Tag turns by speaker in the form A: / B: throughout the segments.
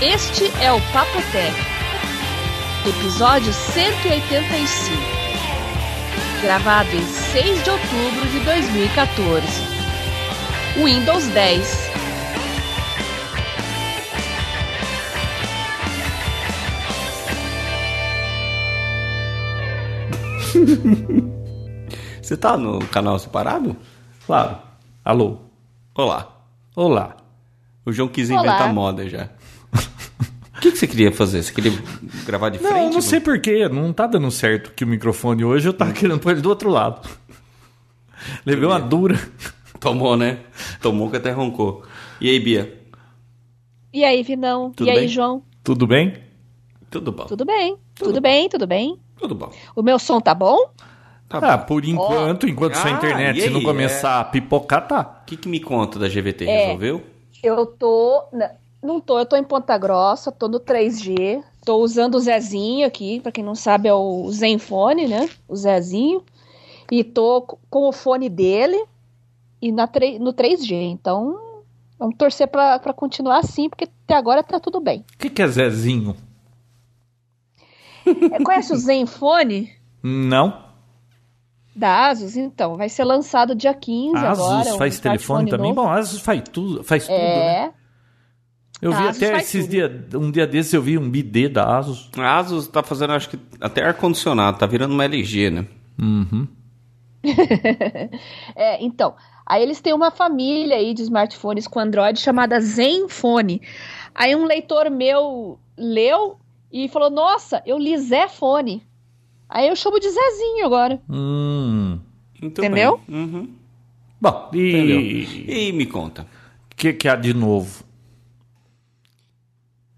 A: Este é o Papo Tech, episódio 185, gravado em 6 de outubro de 2014. Windows 10.
B: Você tá no canal separado?
C: Claro. Alô.
B: Olá.
C: Olá.
B: O João quis
A: Olá.
B: inventar moda já. O que, que você queria fazer? Você queria gravar de
C: Não,
B: frente?
C: não sei porquê. Não tá dando certo que o microfone hoje eu tava querendo pôr ele do outro lado. Levei uma dura.
B: Tomou, né? Tomou que até roncou. E aí, Bia?
A: E aí, Vinão?
B: Tudo
A: e aí,
B: bem?
A: João?
C: Tudo bem?
B: Tudo bom? Tudo,
A: Tudo bem? Tudo, bem, tudo bem?
B: bom.
A: O meu som tá bom?
B: Tá
C: ah,
B: bom.
C: por enquanto, enquanto sua
B: Ah,
C: internet
B: e aí?
C: não começar a pipocar, tá.
B: O que, que me conta da GVT?
A: É.
B: Resolveu?
A: Eu tô. n- Não tô, eu tô em Ponta Grossa, tô no 3G. Tô usando o Zezinho aqui, pra quem não sabe é o Zenfone, né? O Zezinho. E tô c- com o fone dele e na tre- no 3G. Então, vamos torcer pra, pra continuar assim, porque até agora tá tudo bem.
C: O que, que é Zezinho?
A: É, Conhece o Zenfone?
C: Não.
A: Da Asus, então, vai ser lançado dia 15 agora.
C: Asus
A: um
C: faz telefone
A: smartphone
C: também?
A: novo.
C: Bom, Asus faz tudo, faz tudo, né?
A: É,
C: Eu vi
A: Asus
C: até
A: faz
C: esses
A: tudo.
C: dias, um dia desses eu vi um BD da Asus.
B: A Asus tá fazendo, acho que, até ar-condicionado. Tá virando uma LG, né?
C: Uhum.
A: É, então, aí eles têm uma família aí de smartphones com Android chamada Zenfone. Aí um leitor meu leu e falou: Nossa, eu li Zéfone. Aí eu chamo de Zezinho agora.
C: Hum.
B: Então,
A: Entendeu?
B: bem. Uhum.
C: Bom,
B: Entendeu? E
C: e
B: aí, me conta.
C: o que, que há de novo?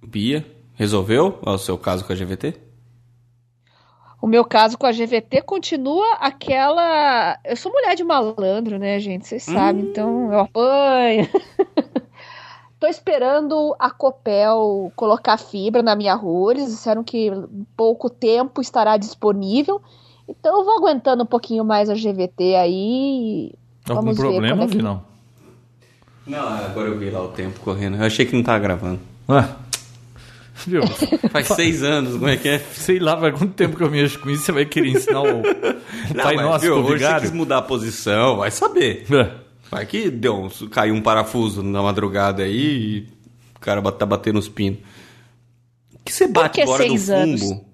B: Bia, resolveu o seu caso com a GVT?
A: O meu caso com a GVT continua aquela. Eu sou mulher de malandro, né, gente? Vocês
C: Hum.
A: sabem, então eu apanho. Tô esperando a Copel colocar fibra na minha rua. Eles disseram que em pouco tempo estará disponível. Então eu vou aguentando um pouquinho mais a GVT aí.
C: Algum
A: Vamos ver
C: Tá problema,
A: quando é que-
C: Vinão?
B: Não, agora eu vi lá o tempo correndo. Eu achei que não tava gravando.
C: Ah, viu?
B: Faz seis anos, como é que é?
C: Sei lá, vai quanto tempo que eu mexo com isso, você vai querer ensinar o, o
B: Não,
C: Pai
B: mas,
C: Nosso tá
B: viu,
C: pro
B: hoje você
C: vigário?
B: quis mudar a posição, vai saber.
C: É.
B: Vai que deu um, caiu um parafuso na madrugada aí e o cara bat- tá batendo os pinos. O que você bate
A: que é
B: fora do
A: seis anos?
B: fumbo?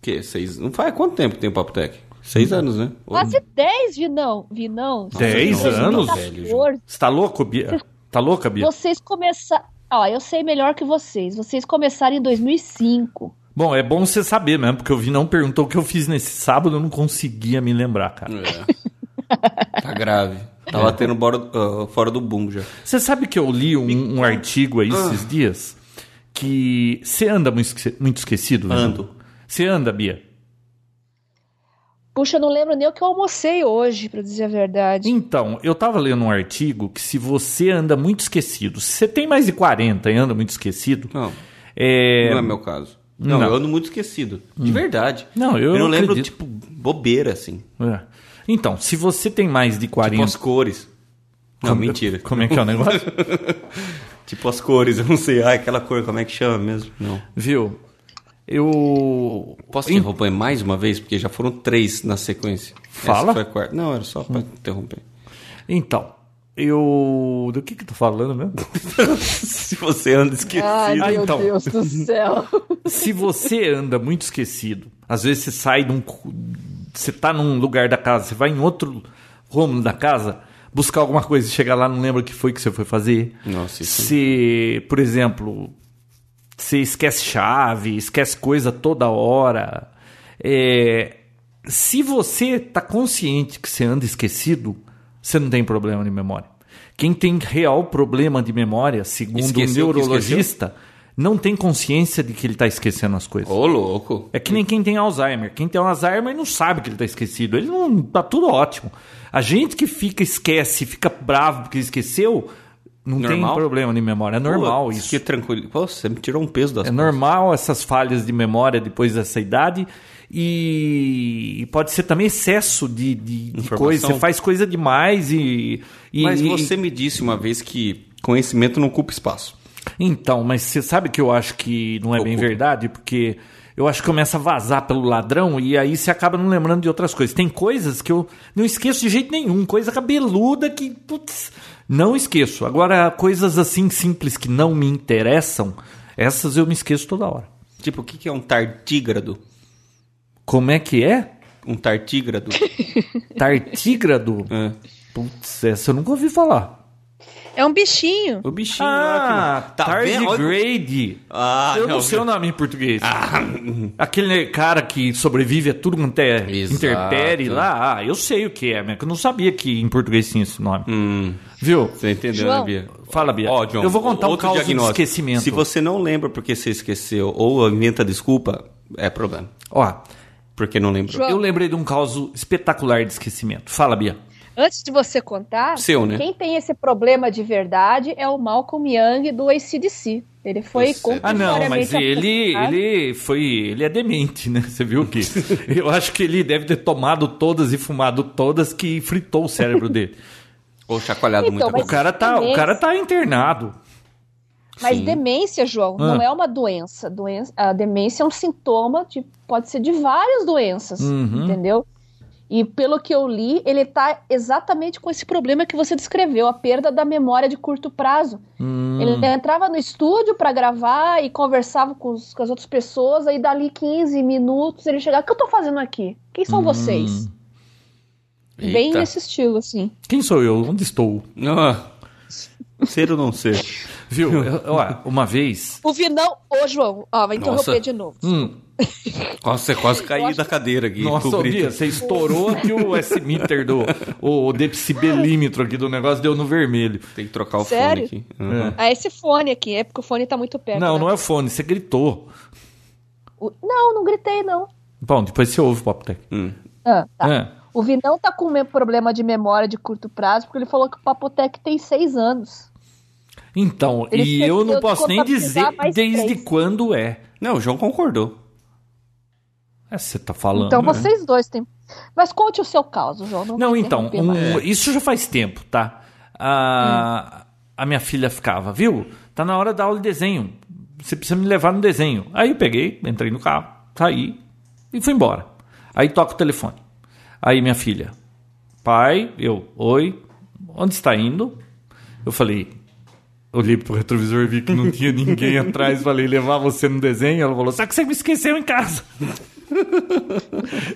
B: que? Seis? Não faz quanto tempo que tem o Papo Tech? Seis anos, né?
A: Quase 10, Vinão. Vinão.
C: Dez tá
A: Vocês-
C: anos?
B: Velho, Ju.
A: 14.
C: Você tá louco, Bia? Tá louca, Bia?
A: Vocês começaram. Ó, eu sei melhor que vocês. Vocês começaram em 2005.
C: Bom, é bom você saber mesmo, porque o Vinão perguntou o que eu fiz nesse sábado, eu não conseguia me lembrar, cara.
B: É. Tá grave. Tá batendo bora- ah, fora do boom já.
C: Você sabe que eu li um, um artigo
B: Ah.
C: aí esses dias que você anda muito, esque- muito esquecido, Vinão?
B: Ando.
C: Você anda, Bia?
A: Puxa, eu não lembro nem o que eu almocei hoje, pra dizer a verdade.
C: Então, eu tava lendo um artigo que se você anda muito esquecido, se você tem mais de 40 e anda muito esquecido,
B: Não,
C: é...
B: não é meu caso. Não,
C: Não. Hum.
B: eu ando muito esquecido. De verdade.
C: Não, eu
B: não lembro,
C: acredito.
B: tipo, bobeira, assim.
C: É. Então, se você tem mais de
B: Tipo
C: 40.
B: as cores. Não,
C: Como-
B: mentira.
C: Como é que é o negócio?
B: Tipo as cores, eu não sei. Ah, aquela cor, como é que chama mesmo? Não.
C: Viu? Eu.
B: Posso te
C: Em-
B: interromper mais uma vez? Porque já foram três na sequência. Essa
C: Fala.
B: foi a quarta. Não, era só pra interromper.
C: Então, eu. Do que que eu tô falando mesmo?
B: Se você anda esquecido.
A: Ai,
C: Ah,
A: meu
C: então.
A: Deus do céu.
C: se você anda muito esquecido, às vezes você sai de um. cu- Você tá num lugar da casa, você vai em outro rômulo da casa buscar alguma coisa e chegar lá, não lembra o que foi que você foi fazer.
B: Nossa, isso- é
C: Você, por exemplo, você esquece chave, esquece coisa toda hora. É, se você tá consciente que você anda esquecido, você não tem problema de memória. Quem tem real problema de memória, segundo
B: Esqueceu
C: o
B: o que esqueceu?
C: neurologista, autista não tem consciência de que ele está esquecendo as coisas.
B: Ô, louco.
C: É que nem quem tem Alzheimer. Quem tem Alzheimer não sabe que ele está esquecido. Ele não tá tudo ótimo. A gente que fica esquece, fica bravo porque esqueceu, não
B: Normal?
C: tem problema de memória. É normal
B: Pô,
C: isso.
B: Que tranquilo. Pô, você me tirou um peso das
C: É
B: costas.
C: normal essas falhas de memória depois dessa idade. E e pode ser também excesso de, de, de
B: Informação.
C: coisa. Você faz coisa demais e. e
B: Mas
C: e-
B: você me disse uma vez que conhecimento não ocupa espaço.
C: Então, mas você sabe que eu acho que não é bem
B: Ocupa.
C: verdade, porque eu acho que começa a vazar pelo ladrão e aí você acaba não lembrando de outras coisas. Tem coisas que eu não esqueço de jeito nenhum, coisa cabeluda que, putz, não esqueço. Agora, coisas assim simples que não me interessam, essas eu me esqueço toda hora.
B: Tipo, o que, que é um tartígrado?
C: Como é que é?
B: Um tartígrado?
C: Tartígrado?
B: é.
C: Putz, essa eu nunca ouvi falar.
A: É um bichinho.
B: O bichinho lá
C: Ah,
B: que... Tá vendo? Olha-
C: tardigrade.
B: Ah,
C: eu não, sei o nome em português. Aquele cara que sobrevive a tudo quanto é
B: Exato.
C: interpere lá. Ah, eu sei o que é, mas eu não sabia que em português tinha esse nome. Viu?
B: Você entendeu,
A: João.
B: né, Bia?
C: Fala, Bia.
B: Hum. Ó, John,
C: eu vou contar um
B: outro
C: caso de
B: diagnóstico.
C: esquecimento.
B: Se você não lembra porque você esqueceu ou inventa desculpa, é problema.
C: Ó,
B: Porque não lembrou.
A: João.
C: eu lembrei de um caso espetacular de esquecimento. Fala, Bia.
A: Antes de você contar,
B: Seu, né?
A: quem tem esse problema de verdade é o Malcolm Young do ACDC. Ele foi
B: Pois é.
C: Ah, não, mas
A: compulsoriamente
C: ele,
A: aposentado.
C: ele foi. Ele é demente, né? Você viu que? eu acho que ele deve ter tomado todas e fumado todas que fritou o cérebro dele.
B: Ou chacoalhado
A: Então,
B: muita
A: mas-
C: O cara tá, o cara tá internado.
A: Mas
B: Sim.
A: demência, João,
C: Ah.
A: não é uma doença. doença. A demência é um sintoma, de, pode ser de várias doenças,
C: Uhum.
A: entendeu? E pelo que eu li, ele tá exatamente com esse problema que você descreveu, a perda da memória de curto prazo.
C: Hum.
A: Ele entrava no estúdio para gravar e conversava com, os- com as outras pessoas, aí dali 15 minutos ele chegava, o que eu tô fazendo aqui? Quem
C: Hum.
A: são vocês?
B: Eita.
A: Bem nesse estilo, assim.
C: Quem sou eu? Onde estou?
B: Ah, ser ou não ser?
C: Viu? Eu- Ó, uma vez.
A: O Vinão, ô João, ó, vai interromper
B: Nossa.
A: de novo.
C: Hum,
B: Quase, você quase
A: Eu
B: caí
A: acho
B: da cadeira aqui.
C: nossa, ô,
B: Cobri-
C: Bia, você estourou aqui o S-meter do. O decibelímetro aqui do negócio deu no vermelho.
B: Tem que trocar o
A: Sério?
B: fone
C: É.
B: aqui. Uhum.
A: Ah, esse fone aqui, é porque o fone tá muito perto.
C: Não,
A: né?
C: não é o fone, você gritou.
A: O- Não, não gritei, não.
C: Bom, depois você ouve o Papo Tech.
B: Hum.
A: Ah, tá.
C: É.
A: O Vinão tá com me- problema de memória de curto prazo, porque ele falou que o Papotec tem seis anos.
C: Então,
A: Ele
C: e eu
A: esqueceu
C: não
A: de
C: posso nem dizer
A: contabilizar mais
C: desde
A: três.
C: quando é.
B: Não, o João concordou.
C: É, Você tá falando.
A: então
C: né?
A: vocês dois têm. Mas conte o seu caso, João. Não,
C: Não,
A: vou
C: então,
A: interromper
C: um-
A: mais.
C: isso já faz tempo, tá? A, a minha filha ficava, viu? Tá na hora da aula de desenho. Você precisa me levar no desenho. Aí eu peguei, entrei no carro, saí e fui embora. Aí toca o telefone. Aí minha filha, pai, eu, oi, onde está indo? Eu falei, olhei pro retrovisor e vi que não tinha ninguém atrás. Falei, levar você no desenho? Ela falou, só que você me esqueceu em casa.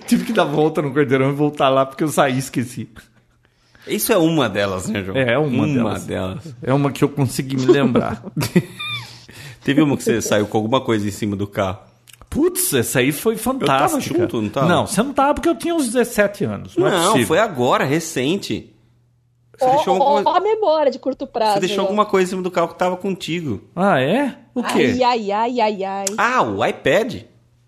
C: Tive que dar volta no quarteirão e voltar lá porque eu saí e esqueci.
B: Isso é uma delas, né, João?
C: É, uma delas. É uma que eu consegui me lembrar.
B: Teve uma que você saiu com alguma coisa em cima do carro.
C: Putz, essa aí foi fantástica.
B: junto, não tava?
C: Não, você não tava porque eu tinha uns 17 anos. Não, é
B: Não,
C: possível.
B: foi agora, recente. Você
A: Ó,
B: deixou,
A: ó,
B: alguma...
A: ó a memória de curto prazo.
B: você deixou
A: Oh, João.
B: alguma coisa em cima do carro que tava contigo.
C: Ah, é? O quê?
A: Ai, ai, ai, ai, ai.
B: Ah, o iPad.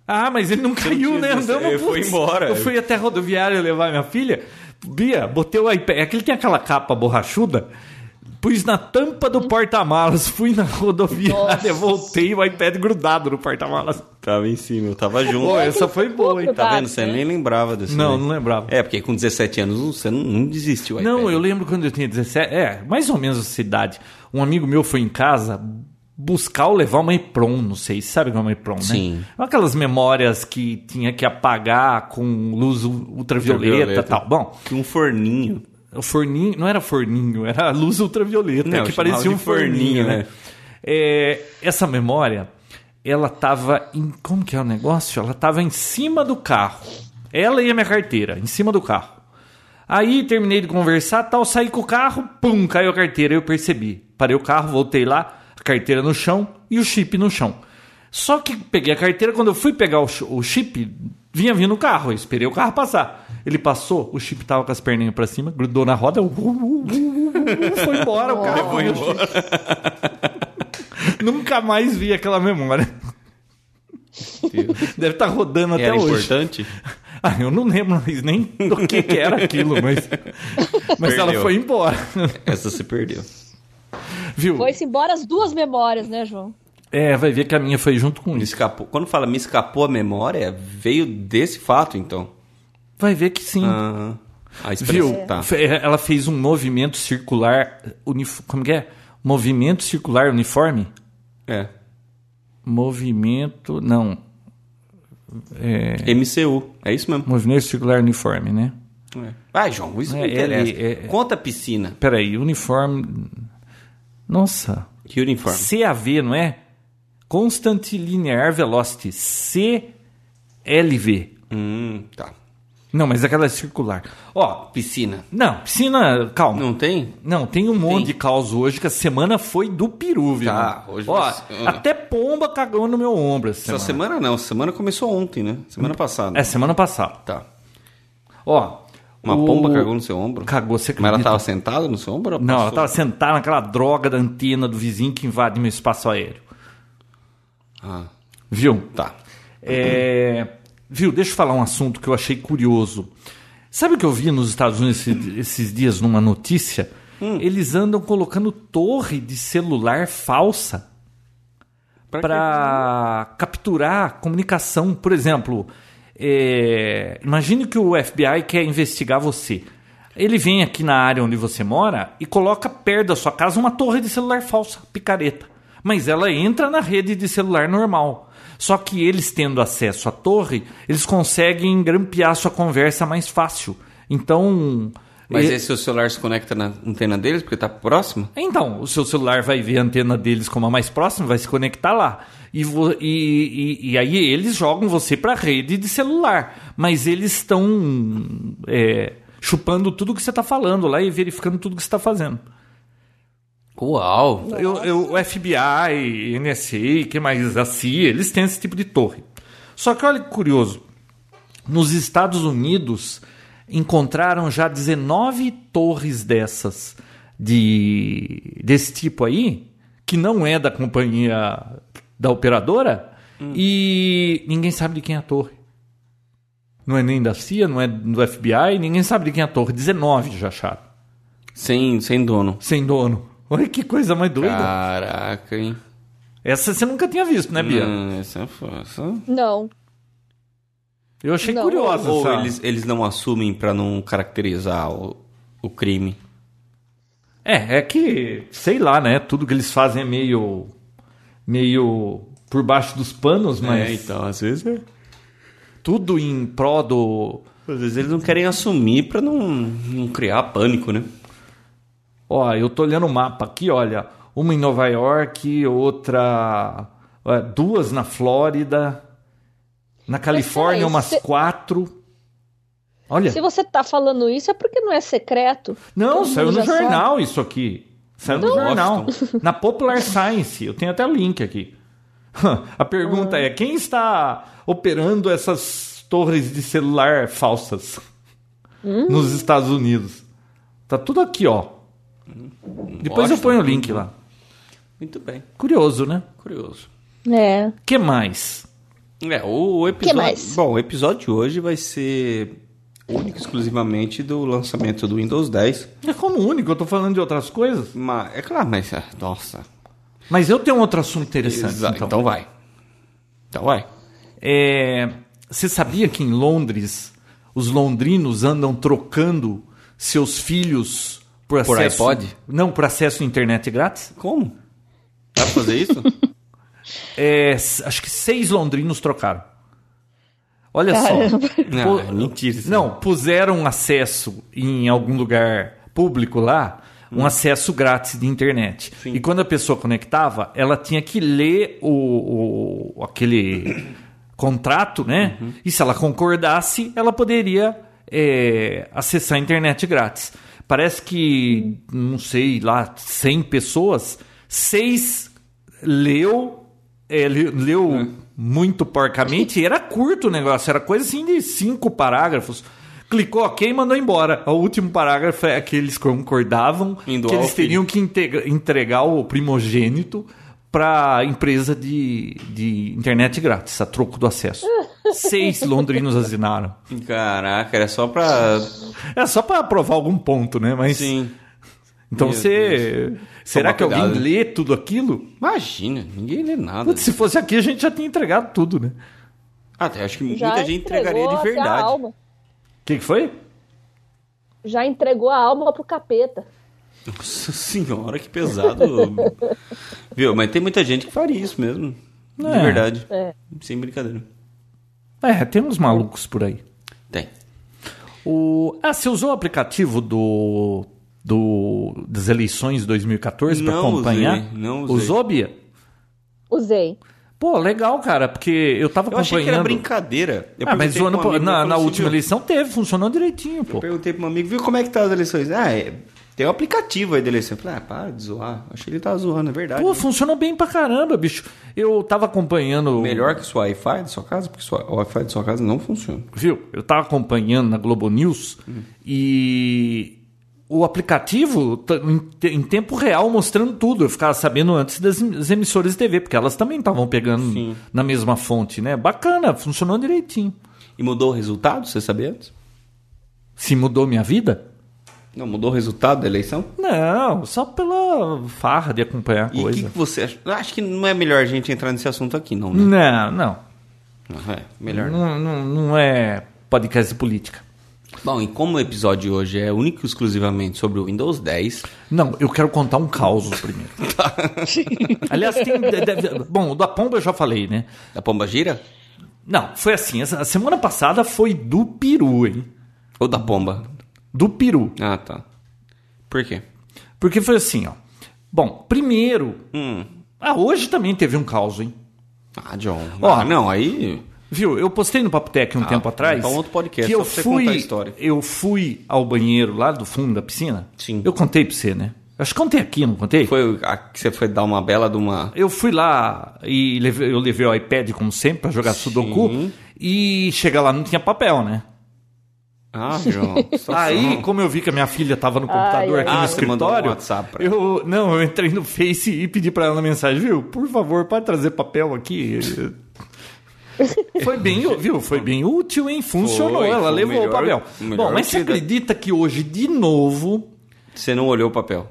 C: Ah, mas ele não caiu,
B: tinha
C: né?
B: dezesse-
C: Andamos
B: é, foi
C: putz,
B: embora.
C: Eu fui até a rodoviária levar minha filha. Bia, botei o iPad. É que ele tem aquela capa borrachuda. Pus na tampa do porta-malas, fui na rodoviária,
A: Nossa.
C: voltei o iPad grudado no porta-malas.
B: Tava em cima, eu tava junto.
C: Pô, essa foi boa, hein?
B: Tá vendo?
A: Verdade,
B: Você
A: né?
B: nem lembrava desse.
C: Não,
B: né?
C: não lembrava.
B: É, porque com 17 anos você não, não desistiu.
C: Não, eu lembro quando eu tinha 17. É, mais ou menos essa idade. Um amigo meu foi em casa buscar ou levar uma EPROM, não sei. Sabe o que é uma EPROM, né?
B: Sim.
C: Aquelas memórias que tinha que apagar com luz u- ultravioleta e
B: Ultravioleta.
C: tal. Bom,
B: Que um forninho.
C: o forninho. Não era forninho, era luz ultravioleta,
B: Não,
C: que
B: chamava
C: parecia um
B: de forninho,
C: forninho, né?
B: né?
C: É, essa memória, ela tava em. Como que é o negócio? Ela tava em cima do carro. Ela e a minha carteira, em cima do carro. Aí terminei de conversar, tal, saí com o carro, pum, caiu a carteira, eu percebi. Parei o carro, voltei lá, a carteira no chão e o chip no chão. Só que peguei a carteira, quando eu fui pegar o, ch- o chip, vinha vindo o carro, eu esperei o carro passar. Ele passou, o chip tava com as perninhas pra cima, grudou na roda, eu- uh, foi embora, o carro foi embora. Nunca mais vi aquela memória. Deve estar rodando até
B: Era
C: hoje.
B: importante?
C: Ah, eu não lembro mais nem do que, que era aquilo, mas, mas ela
B: Perdeu.
C: foi embora.
B: Essa se perdeu.
C: Viu?
A: Foi-se embora as duas memórias, né, João?
C: É, vai ver que a minha foi junto com
B: Me
C: isso.
B: escapou. Quando fala me escapou a memória, veio desse fato, então.
C: Vai ver que sim.
B: Ah, a expressão.
C: Viu?
B: Tá.
C: Fe- Ela eh, fez um movimento circular. Unif... Como que é? Movimento circular é? uniforme?
B: É.
C: Movimento. Não.
B: MCU. É isso mesmo.
C: Movimento circular uniforme, né?
B: É. Vai, João, isso não
C: É,
B: interessa.
C: ele- é-
B: Conta a piscina.
C: Peraí, uniforme. Nossa.
B: Que uniforme.
C: CAV, não é? Constant Linear Velocity. CLV.
B: Hum, tá.
C: Não, mas aquela é circular.
B: Ó, piscina.
C: Não, piscina, calma. Não,
B: Não tem?
C: tem um monte
B: Tem.
C: de caos hoje que a semana foi do peru, viu?
B: Tá, hoje
C: Ó,
B: você- ah.
C: até pomba cagou no meu ombro essa
B: Essa
C: semana.
B: semana não. Essa semana começou ontem, né? Semana passada.
C: É, semana passada.
B: Tá.
C: Ó,
B: Uma
C: o-
B: pomba cagou no seu ombro?
C: Cagou, você
B: Mas ela
C: acredita?
B: tava sentada no seu ombro? ou
C: Não, ela
B: passou?
C: tava sentada naquela droga da antena do vizinho que invade meu espaço aéreo.
B: Ah,
C: Viu?
B: tá.
C: É, Viu, deixa eu falar um assunto que eu achei curioso. Sabe o que eu vi nos Estados Unidos esse- esses dias numa notícia?
B: Hum.
C: Eles andam colocando torre de celular falsa
B: Pra que-
C: para capturar comunicação. Por exemplo, é, imagine que o FBI quer investigar você. Ele vem aqui na área onde você mora e coloca perto da sua casa uma torre de celular falsa, picareta. Mas ela entra na rede de celular normal. Só que eles tendo acesso à torre, eles conseguem grampear sua conversa mais fácil. Então.
B: Mas
C: e-
B: esse seu celular se conecta na antena deles porque tá próximo?
C: então, o seu celular vai ver a antena deles como a mais próxima, vai se conectar lá. E, vo- e- e- e aí eles jogam você para a rede de celular. Mas eles estão é, chupando tudo que você está falando lá e verificando tudo que você está fazendo.
B: Uau!
C: Eu, eu- o FBI, NSA, que mais? A CIA, eles têm esse tipo de torre. Só que olha que curioso. Nos Estados Unidos, encontraram já 19 torres dessas, de, desse tipo aí, que não é da companhia da operadora, e ninguém sabe de quem é a torre. Não é nem da CIA, não é do FBI, ninguém sabe de quem é a torre. 19 já acharam,
B: Sem, sem dono.
C: sem dono. Olha que coisa mais doida.
B: Caraca, hein?
C: Essa você nunca tinha visto, né, Bia?
B: Hum, essa é força.
A: Não.
C: Eu achei
A: Não.
C: curiosa
B: Ou
C: essa.
B: eles, eles não assumem pra não caracterizar o, o crime.
C: É, é que, sei lá, né? Tudo que eles fazem é meio. meio por baixo dos panos, mas
B: É, então, às vezes é.
C: tudo em pró do.
B: Às vezes eles não querem assumir pra não, não criar pânico, né?
C: Ó, eu tô olhando o mapa aqui, olha. Uma em Nova York, outra. ó, duas na Flórida. Na Califórnia,
A: peraí,
C: umas
A: se-
C: quatro. Olha.
A: Se você tá falando isso, é porque não é secreto.
C: Não,
A: Todo
C: saiu
A: mundo
C: no
A: já
C: jornal isso aqui. Saiu no jornal. Na Popular Science. Eu tenho até o link aqui. A
A: Ah.
C: pergunta é: quem está operando essas torres de celular falsas
A: Hum.
C: nos Estados Unidos? Tá tudo aqui, ó. Depois eu
B: Washington.
C: ponho o link lá.
B: Muito bem,
C: Curioso, né?
B: curioso.
A: sabe. É.
C: que mais?
B: É, o, o episódio.
A: mais?
B: Bom, o episódio de hoje vai ser único e exclusivamente do lançamento do Windows 10.
C: É como único, eu tô falando de outras coisas.
B: Mas, é claro, mas. ah, Nossa.
C: Mas eu tenho um outro assunto interessante.
B: Exa-
C: então.
B: então vai. Então vai.
C: É, você sabia que em Londres os londrinos andam trocando seus filhos por
B: Por
C: acesso
B: iPod?
C: Não, por acesso à internet grátis?
B: Como? Dá pra fazer isso?
C: É, s- acho que seis londrinos trocaram. Olha
A: Caramba.
C: só.
B: não,
C: Pô-
B: é mentira. isso.
C: Não, puseram acesso em algum lugar público lá, um acesso grátis de internet. E quando a pessoa conectava, ela tinha que ler o, o- aquele contrato, né? E se ela concordasse, ela poderia é, acessar a internet grátis. Parece que, não sei, lá 100 pessoas, seis leu, é, le- leu muito porcamente. e Era curto o negócio, era coisa assim de cinco parágrafos. Clicou ok e mandou embora. O último parágrafo é que eles concordavam
B: Indo
C: que
B: ao
C: eles teriam que integra- entregar o primogênito para empresa de, de internet grátis, a troco do acesso. Seis londrinos assinaram.
B: Caraca, era só pra.
C: É só para provar algum ponto, né? Mas
B: Sim.
C: então
B: Meu
C: você será
B: Tomar
C: que alguém
B: cuidado, né?
C: lê tudo aquilo?
B: Imagina, ninguém lê nada.
C: Putz, se fosse aqui a gente já tinha entregado tudo, né?
B: Até acho que
A: Já
B: muita gente entregaria
A: entregou
B: de
A: até a
B: verdade.
A: alma.
C: O que, que foi?
A: Já entregou a alma pro capeta.
B: Nossa senhora, que pesado. Viu? Mas tem muita gente que faria isso mesmo. De
C: É.
B: verdade.
A: É.
B: Sem brincadeira.
C: É, tem uns malucos por aí.
B: Tem.
C: O... Ah, você usou o aplicativo do, do das eleições 2014 para
B: Não
C: acompanhar?
B: usei, não usei.
C: Usou, Bia?
A: Usei.
C: Pô, legal, cara, porque eu tava
B: Eu
C: acompanhando.
B: achei que era brincadeira. Eu
C: ah, mas
B: perguntei
C: o ano,
B: pra um amigo,
C: na,
B: ele
C: na
B: falou assim,
C: última
B: "Viu?"
C: eleição teve, funcionou direitinho, pô.
B: Eu perguntei pra um amigo, viu como é que tá as eleições? Ah, é, tem um aplicativo aí da eleição. Eu falei, ah, para de zoar. Achei que ele tava zoando, é verdade.
C: Pô, funcionou bem pra caramba, bicho. Eu tava acompanhando.
B: Melhor que sua Wi-Fi da sua casa, porque sua- o Wi-Fi da sua casa não funciona.
C: viu? Eu estava acompanhando na Globo News e o aplicativo tá em, te- em tempo real mostrando tudo. Eu ficava sabendo antes das em- das emissoras de TV, porque elas também estavam pegando
B: Sim.
C: na mesma fonte, né? Bacana, funcionou direitinho.
B: E mudou o resultado, você sabia antes?
C: Se mudou minha vida?
B: Não, mudou o resultado da eleição?
C: Não, só pela farra de acompanhar
B: E
C: a
B: o que,
C: coisa.
B: que você acha? Eu Acho que não é melhor a gente entrar nesse assunto aqui, não, né?
C: Não, não.
B: É, melhor. não.
C: Não, não, não é podcast de política.
B: Bom, e como o episódio hoje é único e exclusivamente sobre o Windows 10,
C: Não, eu quero contar um caos primeiro.
B: Tá.
C: Aliás, tem. deve- bom, o da Pomba eu já falei, né?
B: da Pomba Gira?
C: Não, foi assim. essa- A semana passada foi do Peru, hein?
B: Ou da Pomba?
C: Do Peru.
B: Ah, tá. Por quê?
C: Porque foi assim, ó. Bom, primeiro.
B: Hum.
C: Ah, hoje também teve um caos, hein?
B: Ah, John.
C: Ó.
B: ah, não, aí.
C: Viu? Eu postei no Papo Tech um tempo atrás.
B: então outro podcast,
C: que
B: só
C: eu
B: pra você
C: fui,
B: contar a história.
C: Eu fui ao banheiro lá do fundo da piscina.
B: Sim.
C: Eu contei pra você, né? Acho que contei aqui, não contei?
B: Foi a que você foi dar uma bela de uma.
C: Eu fui lá e levei- eu levei o iPad, como sempre, pra jogar Sudoku.
B: Sim.
C: E chegar lá não tinha papel, né?
B: Ah, João.
C: Aí, como eu vi que a minha filha estava no computador
A: ai,
C: aqui
A: ai.
C: no
B: Ah, você
C: escritório,
B: mandou um WhatsApp pra
C: eu não, eu entrei no Face e pedi para ela mensagem, viu? Por favor, pode trazer papel aqui. Foi bem, ú- viu? Foi bem útil, hein? Funcionou.
B: Foi,
C: ela
B: foi o
C: levou
B: melhor-
C: o papel.
B: o melhor
C: Bom, mas você
B: utilidade.
C: acredita que hoje de novo?
B: Você não olhou o papel.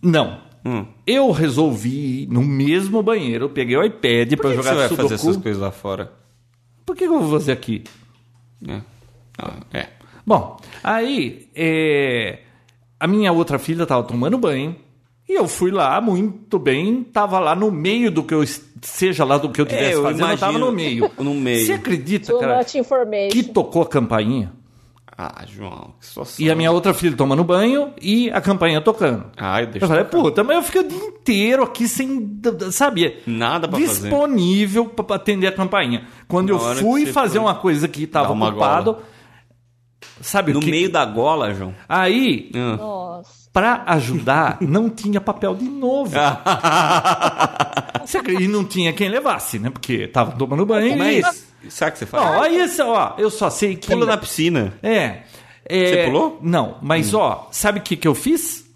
C: Não.
B: Hum.
C: Eu resolvi ir no mesmo banheiro, eu peguei o iPad
B: Por
C: para
B: que, que você
C: jogar
B: vai
C: Sudoku.
B: fazer essas coisas lá fora?
C: Por que que eu vou fazer aqui?
B: É. Ah, é.
C: Bom, aí é, a minha outra filha estava tomando banho e eu fui lá muito bem, estava lá no meio do que eu es- seja lá do que eu tivesse
B: É, eu
C: fazendo, eu estava
B: imagino,
C: no meio.
B: no meio.
C: Você acredita,
A: Too
C: cara,
A: much information.
C: que tocou a campainha
B: Ah, João, que situação.
C: e a minha outra filha tomando banho e a campainha tocando.
B: Ai, deixa
C: Eu falei, puta, mas eu fico o dia inteiro aqui sem, d- d- sabe?
B: Nada Hum, pra fazer.
C: Disponível pra pra atender a campainha. Quando
B: Na
C: eu
B: hora que
C: fui
B: você
C: fazer
B: foi
C: uma coisa que
B: dar
C: tava
B: uma
C: ocupado,
B: gola.
C: sabe
B: No
C: o que?
B: meio da gola, João.
C: Aí,
B: Ah.
A: Nossa.
C: Pra ajudar, não tinha papel de novo.
B: Ah.
C: Você acredita? e não tinha quem levasse, né? Porque tava tomando banho.
B: Mas, sabe o que você faz?
C: Ó, olha isso, ó. Eu só sei que.
B: Pula na piscina.
C: É.
B: Você
C: É,
B: pulou?
C: Não, mas ó, sabe o que, que eu fiz?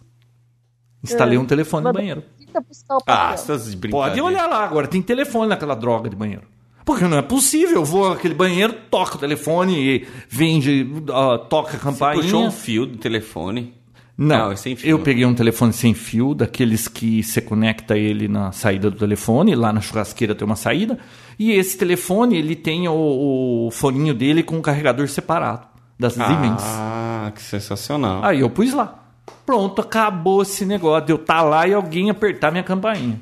C: Instalei um telefone no banheiro.
A: Tenta buscar o
B: Ah,
A: papel.
B: você tá de brincadeira.
C: Pode olhar lá agora, tem telefone naquela droga de banheiro. Porque não é possível, eu vou àquele banheiro, toco o telefone e vende, ó, toca a
B: Você
C: campainha.
B: puxou um fio do telefone.
C: Não,
B: Não, é sem fio.
C: eu peguei um telefone sem fio, daqueles que você conecta ele na saída do telefone, lá na churrasqueira tem uma saída, e esse telefone ele tem o, o foninho dele com um carregador separado das Siemens.
B: Ah, que sensacional.
C: Aí eu pus lá. Pronto, acabou esse negócio de eu estar lá e alguém apertar minha campainha.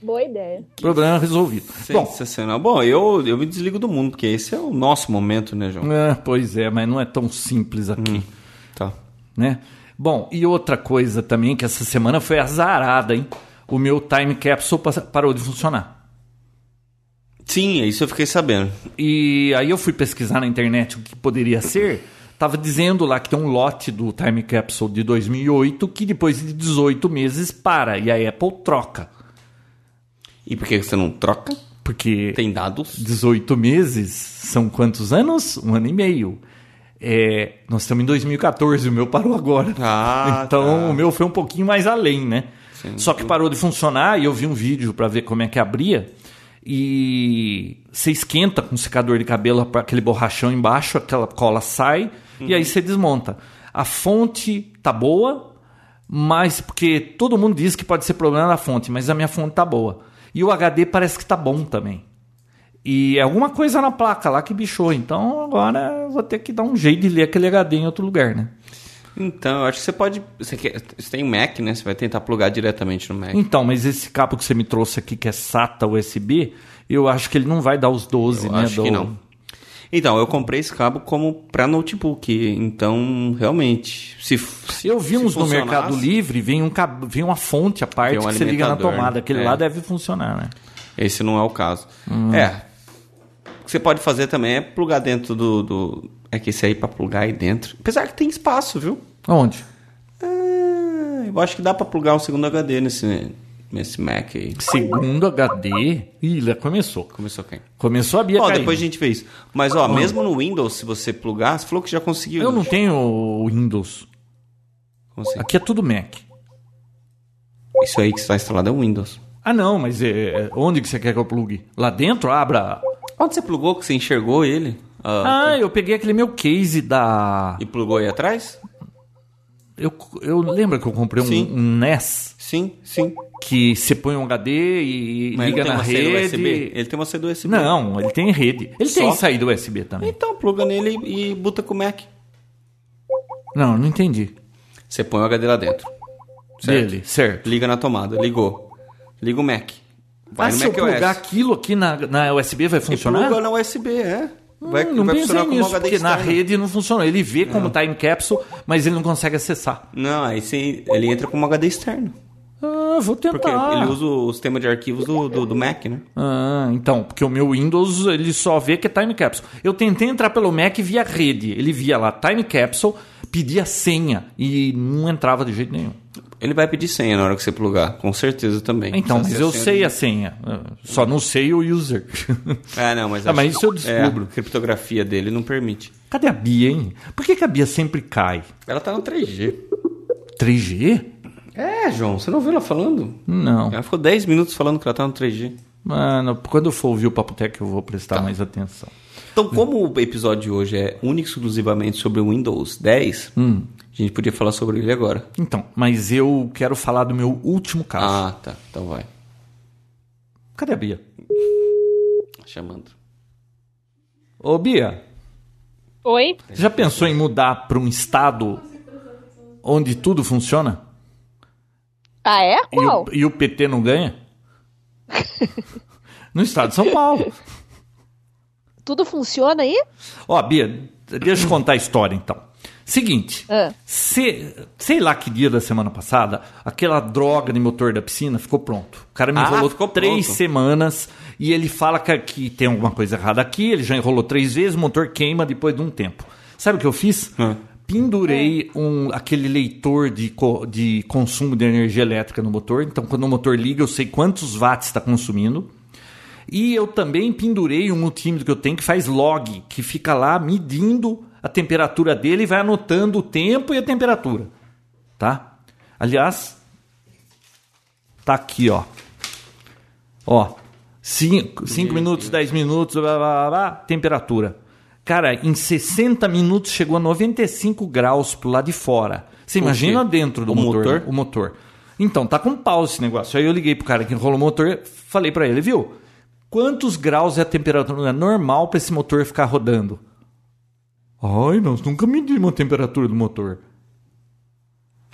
A: Boa ideia.
C: Problema resolvido. Bom,
B: Sensacional. Bom, eu, eu me desligo do mundo, porque esse é o nosso momento, né, João?
C: é, pois é, mas não é tão simples aqui.
B: Tá.
C: né? Bom, e outra coisa também que essa semana foi azarada, hein? O meu time capsule passa- parou de funcionar.
B: Sim, é isso eu fiquei sabendo.
C: E aí eu fui pesquisar na internet o que poderia ser. Tava dizendo lá que tem um lote do time capsule de 2008 que depois de 18 meses para e a Apple troca.
B: E por que você não troca?
C: Porque
B: Tem dados?
C: 18 meses são quantos anos? Um ano e meio. É, nós estamos em 2014, o meu parou agora.
B: Ah,
C: então
B: tá.
C: o meu foi um pouquinho mais além, né? Só que parou de funcionar e eu vi um vídeo para ver como é que abria. E você esquenta com o secador de cabelo pra- aquele borrachão embaixo, aquela cola sai e aí você desmonta. A fonte tá boa, mas porque todo mundo diz que pode ser problema na fonte, mas a minha fonte tá boa. E o HD parece que tá bom também. E é alguma coisa na placa lá que bichou. Então agora eu vou ter que dar um jeito de ler aquele HD em outro lugar, né?
B: Então, eu acho que você pode. Você, quer, você tem Mac, né? Você vai tentar plugar diretamente no Mac.
C: Então, mas esse cabo que você me trouxe aqui, que é SATA USB, eu acho que ele não vai dar os 12,
B: Eu
C: né?
B: acho que
C: do-
B: não. Então, eu comprei esse cabo como pra notebook. Então, realmente, se f-
C: Eu
B: se
C: vi uns no
B: funcionasse-
C: Mercado Livre, vem, um cabo, vem uma fonte à parte
B: Tem um
C: que você liga na
B: alimentador,
C: tomada.
B: né?
C: Aquele
B: É.
C: lá deve funcionar, né?
B: Esse não é o caso.
C: Hum.
B: É. O que você pode fazer também é plugar dentro do. do- É que esse aí pra plugar aí dentro. Apesar que tem espaço, viu?
C: Onde?
B: Ah, eu acho que dá pra plugar um segundo HD nesse, nesse Mac aí.
C: Segundo HD. Ih, lá começou.
B: Começou quem?
C: Começou a Bia
B: Bom,
C: caindo.
B: depois a gente vê isso. Mas, ó, mesmo no Windows, se você plugar, você falou que já conseguiu.
C: Eu não
B: né?
C: tenho Windows.
B: Como assim?
C: Aqui é tudo Mac.
B: Isso aí que está instalado é o Windows.
C: Ah, não, mas é, onde que você quer que eu plugue? Lá dentro? Abra.
B: Onde você plugou que você enxergou ele? Ah,
C: Ah, eu peguei aquele meu case da.
B: E plugou aí atrás?
C: Eu, eu lembro que eu comprei
B: Sim.
C: um, um NES
B: Sim, sim.
C: que você põe um HD e
B: Mas
C: liga
B: ele tem
C: na
B: uma saída USB?
C: rede.
B: Ele tem uma saída USB.
C: Não, ele tem rede. Ele
B: Só?
C: tem saída USB também.
B: Então, pluga nele e e buta com o Mac.
C: Não, não entendi.
B: Você põe o HD lá dentro. Certo.
C: Dele, certo.
B: Liga na tomada. Ligou. Liga o Mac. Vai no
C: Mas Ah, se eu
B: macOS.
C: plugar aquilo aqui na, na USB vai
B: E pluga
C: funcionar?
B: na USB, é. Vai,
C: Hum, não
B: vai
C: pensei
B: funcionar como
C: nisso,
B: HD
C: porque na
B: externo. É.
C: rede não funciona. Ele vê como tá em capsule, mas ele não consegue acessar.
B: Não, aí sim, ele entra como HD externo.
C: Ah, vou tentar.
B: Porque ele usa o sistema de arquivos do, do, do Mac, né?
C: Ah, então, porque o meu Windows ele só vê que é time capsule. Eu tentei entrar pelo Mac via rede. Ele via lá time capsule, pedia senha e não entrava de jeito nenhum.
B: Ele vai pedir senha na hora que você plugar, com certeza também. Tá
C: Então, mas
B: Precisa
C: eu
B: ser assim, né? a senha
C: sei
B: do-
C: a senha, ah, só não sei o user.
B: Ah, não, mas,
C: Ah,
B: acho-
C: mas isso eu descubro.
B: É, a criptografia dele não permite.
C: Cadê a Bia, hein? Por que, que a Bia sempre cai?
B: Ela tá no 3G.
C: 3G?
B: É, João, você não viu ela falando?
C: Não.
B: Ela ficou 10 minutos falando que ela tá no 3G.
C: Mano, quando eu for ouvir o Papo Tech eu vou prestar
B: Tá.
C: mais atenção.
B: Então, como o episódio de hoje é único e exclusivamente sobre o Windows 10,
C: Hum.
B: a gente podia falar sobre ele agora.
C: Então, mas eu quero falar do meu último caso.
B: Ah, tá. Então vai.
C: Cadê a Bia?
B: Chamando.
C: Ô, Bia,
A: Oi?
C: Você Já pensou em mudar para um estado onde tudo funciona?
A: Ah, é?
C: E o,
A: Qual?
C: e o PT não ganha? no estado de São Paulo.
A: Tudo funciona aí?
C: Ó, Bia, deixa eu contar a história então. Seguinte,
A: Ah.
C: se- sei lá que dia da semana passada, aquela droga de motor da piscina ficou pronto. O cara me
B: Ah,
C: enrolou
B: ficou
C: três
B: pronto.
C: semanas e ele fala que, que tem alguma coisa errada aqui, ele já enrolou três vezes, o motor queima depois de um tempo. Sabe o que eu fiz?
B: Hum.
C: Pendurei um, aquele leitor de, co- de consumo de energia elétrica no motor. Então, quando o motor liga, eu sei quantos watts está consumindo. E eu também pendurei um multímetro que eu tenho que faz log, que fica lá medindo a temperatura dele e vai anotando o tempo e a temperatura. Tá? Aliás, tá aqui, ó. Ó, 5 minutos, 10 minutos, blá, blá, blá, blá, temperatura. Cara, em 60 minutos chegou a 95 graus pro lado de fora. Você
B: O
C: imagina
B: quê?
C: dentro do
B: O
C: motor,
B: motor?
C: o motor. Então, tá com pau esse negócio. Aí eu liguei pro cara que enrolou o motor, falei pra ele, viu? Quantos graus é a temperatura normal pra esse motor ficar rodando? Ai, nós nunca medimos a temperatura do motor.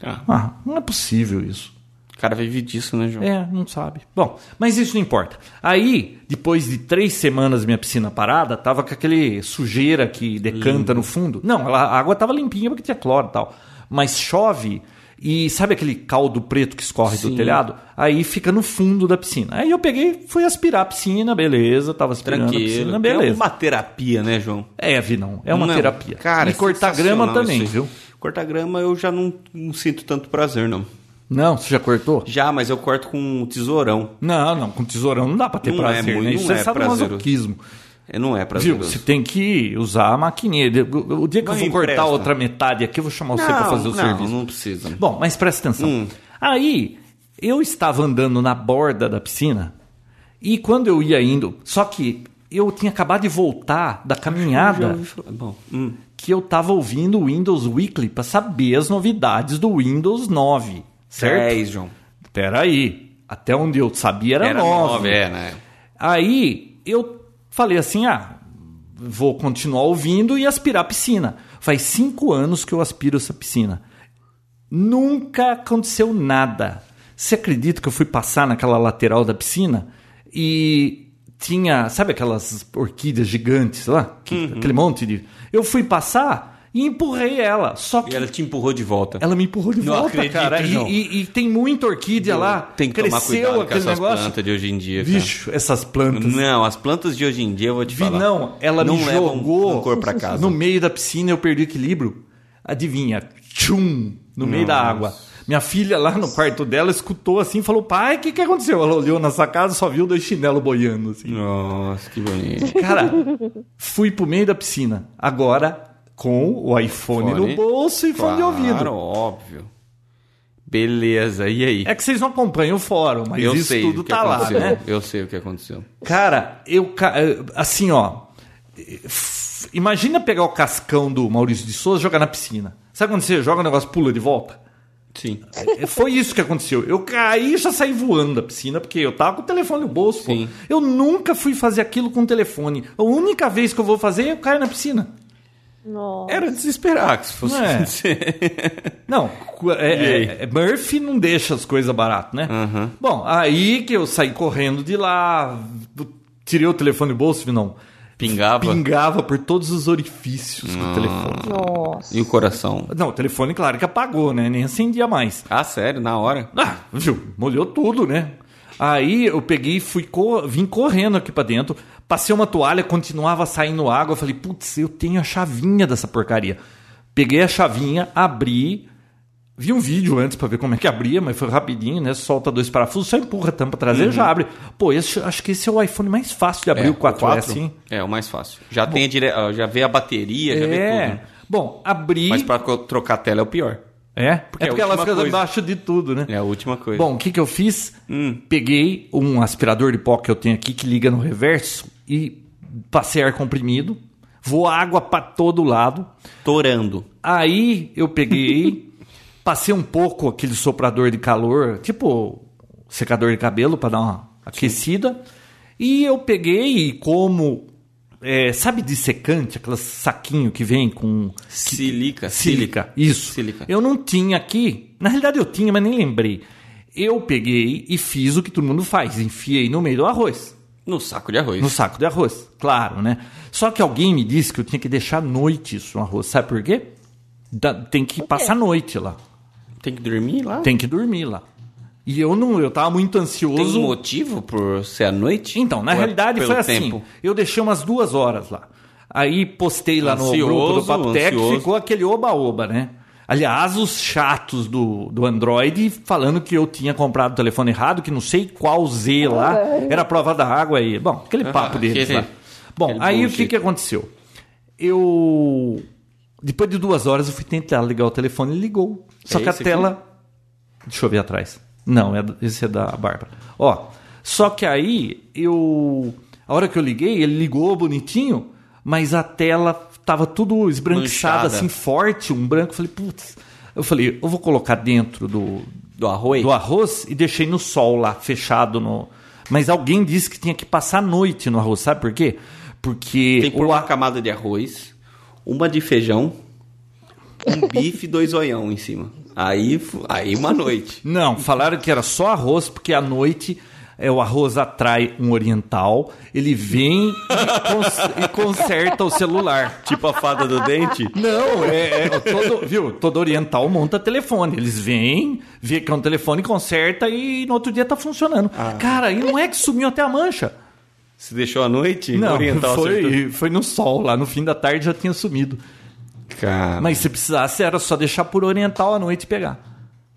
B: Ah,
C: Ah, não é possível isso.
B: o cara vive disso, né, João?
C: É, não sabe. Bom, mas isso não importa. Aí, depois de três semanas minha piscina parada, tava com aquele sujeira que decanta no fundo. Não, ela- a água tava limpinha porque tinha cloro e tal. Mas chove e sabe aquele caldo preto que escorre do
B: Sim.
C: telhado? Aí fica no fundo da piscina. Aí eu peguei, fui aspirar a piscina, beleza. Tava aspirando a piscina,
B: Tranquilo. É
C: beleza.
B: uma terapia, né, João?
C: É, Vi, não. É uma
B: Não,
C: terapia.
B: Cara,
C: e cortar grama
B: sensacional
C: também,
B: isso.
C: viu?
B: Cortar grama eu já não, não sinto tanto prazer, não.
C: Não, você já cortou?
B: Já, mas eu corto com um tesourão.
C: Não, não, com tesourão não dá pra ter
B: Não é
C: prazer,
B: muito-
C: né?
B: não
C: Isso é,
B: é
C: sadomasoquismo.
B: É, Não é prazer.
C: Viu, você tem que usar a maquininha. O dia que
B: Não
C: eu for cortar
B: empresta.
C: a outra metade aqui, eu vou chamar você pra fazer o
B: não,
C: serviço.
B: Não Hum. precisa.
C: Bom, mas presta atenção. Aí, eu estava andando na borda da piscina e quando eu ia indo, só que eu tinha acabado de voltar da caminhada
B: É. Bom, hum.
C: que eu estava ouvindo o Windows Weekly para saber as novidades do Windows 9, certo?
B: 10, João.
C: Peraí, até onde eu sabia era,
B: Era
C: 9.
B: nove, é, né?
C: Aí eu falei assim: ah, vou continuar ouvindo e aspirar a piscina. Faz cinco anos que eu aspiro essa piscina. Nunca aconteceu nada. Você acredita que eu fui passar naquela lateral da piscina e tinha, sabe aquelas orquídeas gigantes lá? Que-
B: Uhum.
C: Aquele monte de. Eu fui passar e empurrei ela. Só
B: E
C: que
B: ela te empurrou de volta.
C: ela me empurrou de
B: Não
C: volta,
B: acredito,
C: cara. E,
B: João.
C: e- e tem muita orquídea lá.
B: Tem que tomar
C: Cresceu
B: cuidado com
C: aquele
B: essas
C: negócio.
B: plantas de hoje em dia, cara.
C: Bicho, essas plantas.
B: Não, as plantas de hoje em dia, eu vou te
C: Vi,
B: falar.
C: não, ela
B: não
C: me
B: levam
C: jogou
B: rancor pra casa.
C: no meio da piscina, eu perdi o equilíbrio. Adivinha? Tchum! No meio da água. Minha filha lá no quarto dela escutou assim e falou: pai, o que, que aconteceu? Ela olhou na sacada e só viu dois chinelos boiando. Assim.
B: Nossa, que bonito.
C: Cara, fui pro meio da piscina. Agora, com o iPhone
B: Fone.
C: no bolso e fone de
B: Claro,
C: ouvido.
B: óbvio. Beleza, e aí?
C: É que vocês não acompanham o fórum, mas
B: eu
C: isso
B: sei
C: tudo
B: o que
C: tá lá,
B: aconteceu.
C: né?
B: Eu sei o que aconteceu.
C: Cara, eu. ca- eu- Assim, ó. f- Imagina pegar o cascão do Maurício de Souza e jogar na piscina. Sabe quando você joga o negócio pula de volta?
B: Sim.
C: É, Foi isso que aconteceu. Eu caí e já saí voando da piscina, porque eu tava com o telefone no bolso. pô.
B: Sim.
C: Eu nunca fui fazer aquilo com o telefone. A única vez que eu vou fazer é eu cair na piscina.
A: Nossa.
B: Era desesperar que se fosse
C: Não é.
B: acontecer.
C: Não, cu- é-
B: E aí?
C: é- é- Murphy não deixa as coisas barato, né?
B: Uhum.
C: Bom, aí que eu saí correndo de lá, tirei o telefone do bolso, não.
B: Pingava. Ah.
C: Pingava por todos os orifícios com o telefone.
A: Nossa.
B: E o coração?
C: Não, É. o telefone, claro que apagou, né? Nem acendia mais.
B: Ah, sério? Na hora?
C: Ah, viu? Molhou tudo, né? Aí eu peguei e fui co- vim correndo aqui pra dentro, passei uma toalha, continuava saindo água. eu Falei, putz, eu tenho a chavinha dessa porcaria. Peguei a chavinha, abri, vi um vídeo antes pra ver como é que abria, mas foi rapidinho, né? Solta dois parafusos, só empurra a tampa traseira e já abre. Pô, esse- acho que esse é o iPhone mais fácil de abrir
B: Uhum. É,
C: o assim? 4S, hein?
B: É, o mais fácil. Já, tem a dire... ah, já vê a bateria, já vê
C: É.
B: tudo. né?
C: Bom, abri.
B: Mas pra co- trocar a tela é o pior.
C: É, porque,
B: é a
C: ela
B: última
C: fica
B: coisa.
C: embaixo de tudo, né?
B: É a última coisa.
C: Bom, o que, que eu fiz? Peguei um aspirador de pó que eu tenho aqui que liga no reverso e passei ar comprimido, vou água pra todo lado.
B: torando.
C: Aí eu peguei, passei um pouco aquele soprador de calor, tipo secador de cabelo pra dar uma aquecida. E eu peguei e como é, sabe de secante, aqueles saquinho que vem com
B: Silica.
C: Sílica, isso.
B: É Sílica.
C: Eu não tinha aqui, na realidade eu tinha, mas nem lembrei. Eu peguei e fiz o que todo mundo faz, enfiei no meio do arroz,
B: No saco de arroz.
C: no saco de arroz, claro, né? Só que alguém me disse que eu tinha que deixar à noite isso no arroz, sabe por quê? Da- tem que passar a noite lá,
B: Tem que dormir lá?
C: tem que dormir lá. E eu não, eu tava muito
B: Tem
C: ansioso.
B: um motivo por ser à noite?
C: Então, na
B: Ou é
C: realidade
B: pelo
C: foi assim.
B: Tempo?
C: Eu deixei umas duas horas lá. Aí postei lá
B: Ansioso,
C: no grupo do Papo Tech,
B: ansioso.
C: ficou aquele oba-oba, né? Aliás, os chatos do, do Android falando que eu tinha comprado o telefone errado, que não sei qual Z lá, era a prova da água aí. Bom, aquele papo deles
B: Ah, aquele-
C: lá. Bom,
B: aquele
C: aí o que,
B: bullshit.
C: que aconteceu? Eu. Depois de duas horas eu fui tentar ligar o telefone e ligou. Só
B: É
C: que a
B: esse aqui?
C: tela Deixa eu ver atrás. Não, é, esse é da Bárbara. Ó, só que aí eu. A hora que eu liguei, ele ligou bonitinho, mas a tela tava tudo esbranquiçada,
B: Manchada.
C: assim, forte, um branco. Eu falei, putz. Eu falei, eu vou colocar dentro do,
B: Do arroz?
C: do arroz e deixei no sol lá, fechado no. Mas alguém disse que tinha que passar a noite no arroz, sabe por quê? Porque.
B: Tem que pôr
C: o
B: uma
C: ar...
B: camada de arroz, uma de feijão, um bife e dois oião em cima. Aí, fu- aí uma noite.
C: Não, falaram que era só arroz, porque à noite é, o arroz atrai um oriental, ele vem e, cons- e conserta o celular.
B: Tipo a fada do dente.
C: Não, é, é todo, viu? Todo oriental monta telefone. Eles vêm, vê que é um telefone, conserta e no outro dia tá funcionando.
B: Ah.
C: Cara, e não é que sumiu até a mancha.
B: Se deixou à noite,
C: Não,
B: oriental acertou.
C: foi, foi no sol, lá no fim da tarde já tinha sumido.
B: Cara,
C: Mas se precisasse, era só deixar por oriental à noite e pegar.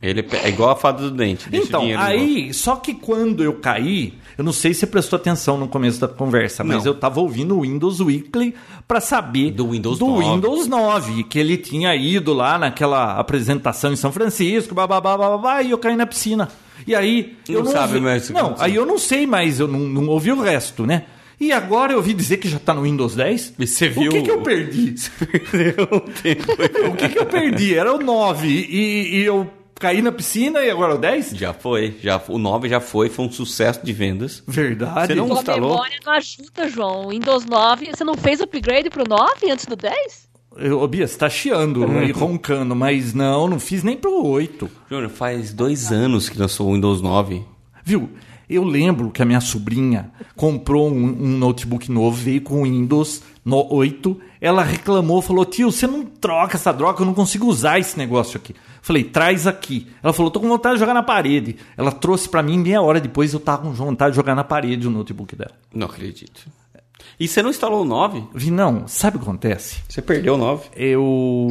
B: ele pe- é igual a fada do dente. Deixa o
C: Então,
B: dinheiro no bolso.
C: aí, só que quando eu caí, eu não sei se você prestou atenção no começo da conversa, mas
B: Não.
C: eu tava ouvindo o Windows Weekly pra saber
B: Do Windows
C: do
B: 9.
C: Windows 9, que ele tinha ido lá naquela apresentação em São Francisco, bababá, bababá, e eu caí na piscina. E aí,
B: Não
C: eu não
B: sabe
C: ouvi-
B: mais o que
C: Não,
B: aconteceu.
C: aí eu não sei mais, eu não, não ouvi o resto, né? E agora eu ouvi dizer que já tá no Windows 10.
B: E você viu-
C: O que, que eu perdi?
B: Perdeu o tempo.
C: o que, que eu perdi? Era o 9 e, e eu caí na piscina e agora é o 10?
B: Já foi, já, o 9 já foi, foi um sucesso de vendas.
C: Verdade.
B: Você não
C: tá
A: Tua
B: instalou?
A: memória não ajuda, João. Windows 9, você não fez upgrade pro 9 antes do 10?
C: Eu, ô, Bia, você tá chiando e roncando, mas não, não fiz nem pro 8.
B: Júnior, faz dois anos que lançou o Windows 9.
C: Viu? Eu lembro que a minha sobrinha comprou um, um notebook novo, veio com Windows no 8. Ela reclamou, falou: Tio, você não troca essa droga, eu não consigo usar esse negócio aqui. Falei: Traz aqui. Ela falou: Tô com vontade de jogar na parede. Ela trouxe pra mim meia hora depois, eu tava com vontade de jogar na parede o notebook dela.
B: Não acredito. E você não instalou o 9?
C: Vi, não, sabe o que acontece?
B: Você perdeu o 9.
C: Eu.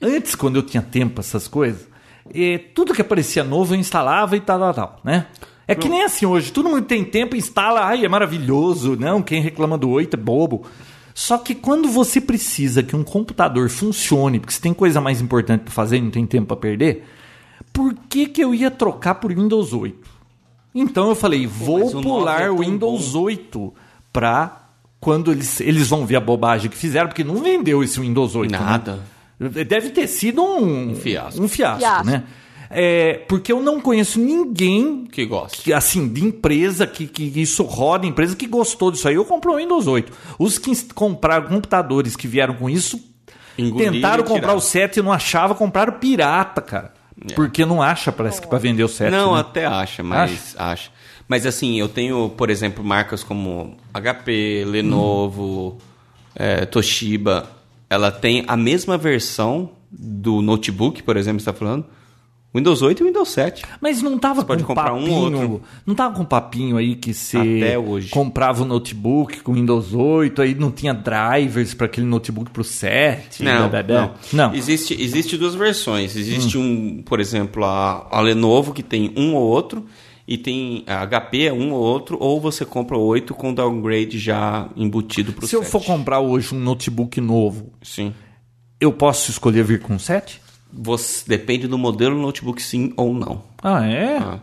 C: Antes, quando eu tinha tempo, essas coisas, eh, tudo que aparecia novo eu instalava e tal, tal, tal, né? É que nem assim hoje, todo mundo tem tempo, instala, ai, é maravilhoso, não, quem reclama do 8 é bobo. Só que quando você precisa que um computador funcione, porque você tem coisa mais importante para fazer, não tem tempo para perder, por que, que eu ia trocar por Windows 8? Então eu falei, vou
B: mas o 9
C: pular
B: é
C: o
B: tão
C: Windows 8 pra quando eles, eles vão ver a bobagem que fizeram, porque não vendeu esse Windows 8. né?
B: Nada.
C: Deve ter sido um, um
B: fiasco.
C: Um fiasco,
A: Fiasco.
C: né? É, porque eu não conheço ninguém
B: Que gosta.
C: que, assim, de empresa que, que isso roda, empresa que gostou disso aí, eu comprou o Windows 8. Os que ins- compraram computadores que vieram com isso
B: Engoliram
C: tentaram
B: e
C: comprar
B: tiraram. É.
C: o 7 e não achava, compraram pirata, cara. Porque não acha, parece que pra vender o 7.
B: Não,
C: né?
B: até acha, mas acha? Mas assim, eu tenho, por exemplo, marcas como HP, Lenovo, eh, Toshiba. Ela tem a mesma versão do notebook, por exemplo, você está falando. Windows 8 e Windows 7.
C: Mas não tava
B: pode
C: com
B: comprar um
C: papinho,
B: ou outro.
C: não tava com papinho aí que você
B: Até hoje.
C: comprava o notebook com Windows 8, aí não tinha drivers para aquele notebook pro 7.
B: Não,
C: blá, blá, blá.
B: não. né? Existe, existe duas versões. Existe um, por exemplo, a, a Lenovo, que tem um ou outro, e tem a HP, é um ou outro, ou você compra o 8 com downgrade já embutido pro
C: Se eu
B: 7.
C: for comprar hoje um notebook novo,
B: Sim.
C: eu posso escolher vir com 7?
B: Você, depende do modelo do notebook, sim ou não.
C: Ah, é?
B: Ah.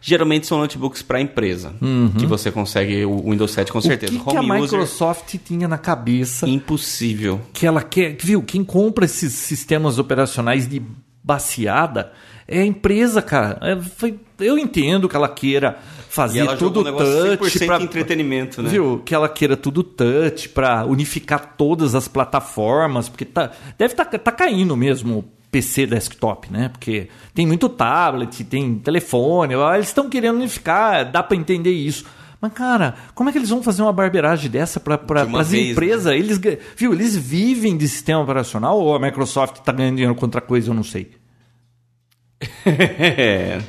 B: Geralmente são notebooks para empresa,
C: Uhum.
B: que você consegue o Windows 7 com certeza.
C: O que, que a
B: Home user,
C: Microsoft tinha na cabeça
B: impossível.
C: que ela quer, viu? Quem compra esses sistemas operacionais de baseada é a empresa, cara. É, foi- eu entendo que ela queira
B: E
C: fazer
B: ela
C: tudo
B: jogou um negócio
C: touch
B: 100%
C: pra-
B: entretenimento, né?
C: Viu? Que ela queira tudo touch pra unificar todas as plataformas, porque tá, deve tá, tá caindo mesmo o PC desktop, né? Porque tem muito tablet, tem telefone, ó, eles estão querendo unificar, dá pra entender isso. Mas, cara, como é que eles vão fazer uma barbeiragem dessa para
B: De uma
C: as
B: vez, né?
C: empresas? Eles, ga- viu, eles vivem de sistema operacional ou a Microsoft tá ganhando dinheiro com outra coisa, eu não sei.
B: É.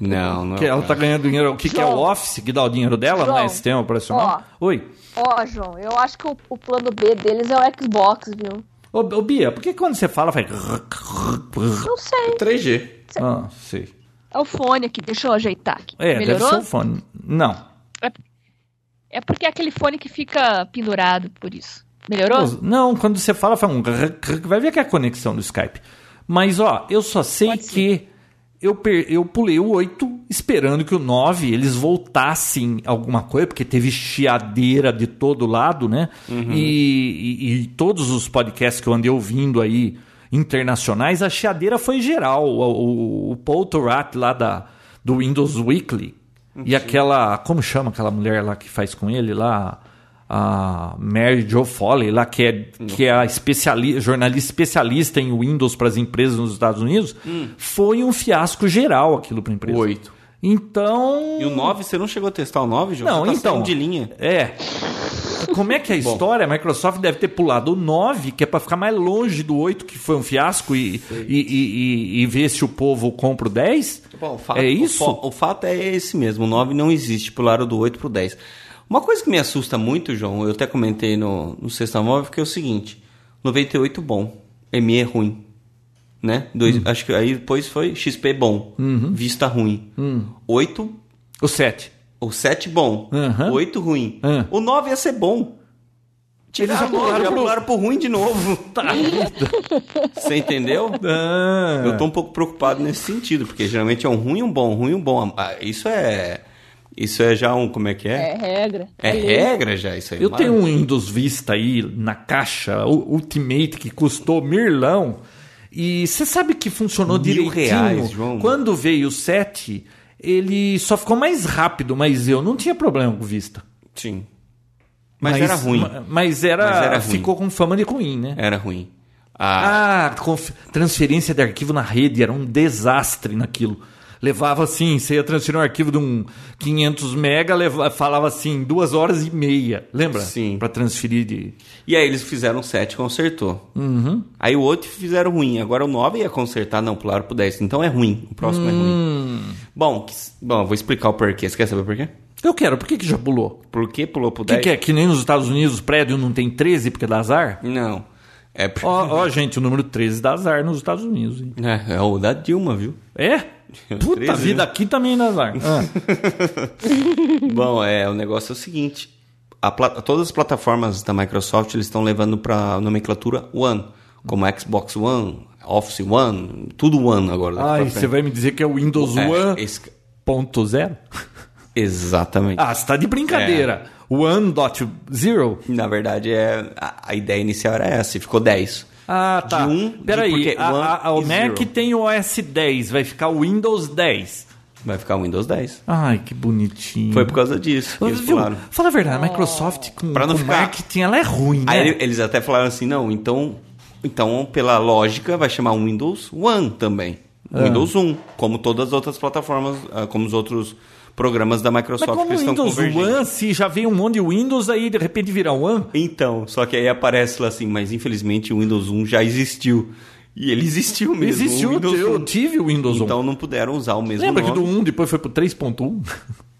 B: não, não.
C: Porque ela tá ganhando dinheiro, o que, que é o
A: João.
C: Office que dá o dinheiro dela, não é
A: João.
C: sistema operacional? Oi.
A: Ó, João, eu acho que o, o plano B deles é o Xbox, viu?
C: Ô, ô, Bia, por que quando você fala, faz... ruc, ruc, ruc?
A: Não sei.
B: 3G.
C: Ah, sei.
A: É o fone aqui, deixa eu ajeitar aqui.
C: É, deve
A: Melhorou?
C: ser o fone. Não.
A: É porque é aquele fone que fica pendurado, por isso. Melhorou?
C: Não, quando você fala, faz um... ruc, ruc. Vai ver que é a conexão do Skype. Mas, ó, eu só sei
A: Pode ser.
C: que eu, per- eu pulei o 8 esperando que o 9 eles voltassem alguma coisa, porque teve chiadeira de todo lado, né? E, e- e todos os podcasts que eu andei ouvindo aí, internacionais, a chiadeira foi geral. O, o, o Paul Torat lá da, do Windows Weekly e aquela... Como chama aquela mulher lá que faz com ele lá? A Mary Jo Foley, lá que é, que é a especiali jornalista especialista em Windows para as empresas nos Estados Unidos,
B: Hum.
C: foi um fiasco geral aquilo para a empresa.
B: 8.
C: Então.
B: E o 9, você não chegou a testar o 9, João?
C: Não,
B: Você tá
C: então.
B: saindo de linha.
C: É. Como é que é a
B: Bom.
C: história? A Microsoft deve ter pulado o 9, que é para ficar mais longe do 8, que foi um fiasco, e, e, e, e- e ver se o povo compra o 10.
B: Bom, Tipo, o fato,
C: é isso?
B: O, fo- o fato é esse mesmo. O 9 não existe, pularam do 8 pro 10. Uma coisa que me assusta muito, João, eu até comentei no, no Sexta Móvel, que é o seguinte: 98 bom, ME ruim. Né? Dois,
C: Hum.
B: Acho que aí depois foi XP bom,
C: Uhum.
B: Vista ruim.
C: Hum.
B: 8
C: O 7.
B: ou 7 bom,
C: Uhum.
B: 8 ruim.
C: Uhum.
B: O 9 ia ser bom. Tiraram,
C: já
B: o nove,
C: pularam
B: já
C: pro-
B: pularam pro ruim de novo. Você entendeu?
C: Ah.
B: Eu tô um pouco preocupado nesse sentido, porque geralmente é um ruim e um bom, ruim e um bom. Ah, Isso é. Isso é já um. Como é que
A: É
B: é?
A: regra.
B: É, regra já isso aí.
C: Eu
B: mano.
C: tenho um Windows Vista aí na caixa, o Ultimate, que custou mirlão. E você sabe que funcionou
B: Mil
C: direitinho.
B: reais, João.
C: Quando veio o 7, ele só ficou mais rápido, mas eu não tinha problema com o Vista.
B: Sim. Mas, era ruim.
C: ma- Mas era,
B: Mas era ruim.
C: ficou com fama de ruim, né?
B: Era ruim. Ah,
C: Ah, conf- transferência de arquivo na rede era um desastre naquilo. Levava assim, você ia transferir um arquivo de um 500 mega, leva- falava assim, duas horas e meia. Lembra?
B: Sim.
C: Pra transferir de...
B: E aí eles fizeram 7 e consertou.
C: Uhum.
B: Aí o outro fizeram ruim. Agora o 9 ia consertar, não, pularam pro 10. Então é ruim. O próximo é
C: Hum.
B: ruim. Bom, que- bom, vou explicar o porquê. Você quer saber por quê?
C: Eu quero, por que, que já pulou?
B: Por que pulou pro
C: O que,
B: 10?
C: que é? Que nem nos Estados Unidos o prédio não tem 13 porque dá azar?
B: Não. É, por...
C: Ó, ó, gente, o número 13 dá azar nos Estados Unidos. hein?
B: é, é o da Dilma, viu?
C: É? Puta
B: 13, né?
C: vida, aqui também dá azar. Ah,
B: Bom, é, o negócio é o seguinte. a pla- Todas as plataformas da Microsoft eles estão levando para a nomenclatura One, como Xbox One, Office One, tudo One agora. daqui
C: Ai,
B: pra
C: você
B: frente.
C: vai me dizer que é o Windows
B: Tá É,
C: One
B: esse-
C: ponto zero?
B: Exatamente.
C: Ah, você tá de brincadeira.
B: É.
C: One dot zero?
B: Na verdade, é, a, a ideia inicial era essa, e ficou 10.
C: Ah, tá.
B: De um, de-
C: Peraí,
B: porque
C: a,
B: one
C: a- a- o
B: e
C: Mac
B: zero.
C: tem o OS 10, vai ficar o Windows 10.
B: Vai ficar o Windows 10.
C: Ai, que bonitinho.
B: Foi por causa disso que eles
C: Viu?
B: falaram.
C: Fala a verdade, a Microsoft com,
B: Pra não
C: com
B: ficar-
C: marketing ela é ruim, né?
B: Aí ele- eles até falaram assim, não, então, então pela lógica vai chamar um Windows One também. Um
C: É.
B: Windows 1, como todas as outras plataformas, ah, como os outros programas da
C: Mas
B: Microsoft
C: como
B: que eles estão
C: Windows
B: convergindo.
C: One, se já veio um monte de Windows, aí de repente vira One?
B: Então, só que aí aparece lá assim, mas infelizmente o Windows 1 já existiu. E ele existiu mesmo.
C: Existiu,
B: o Windows
C: eu
B: 1.
C: tive o Windows
B: Então não puderam usar o
C: 1.
B: mesmo
C: Lembra que do
B: nome.
C: 1 depois foi pro 3.1?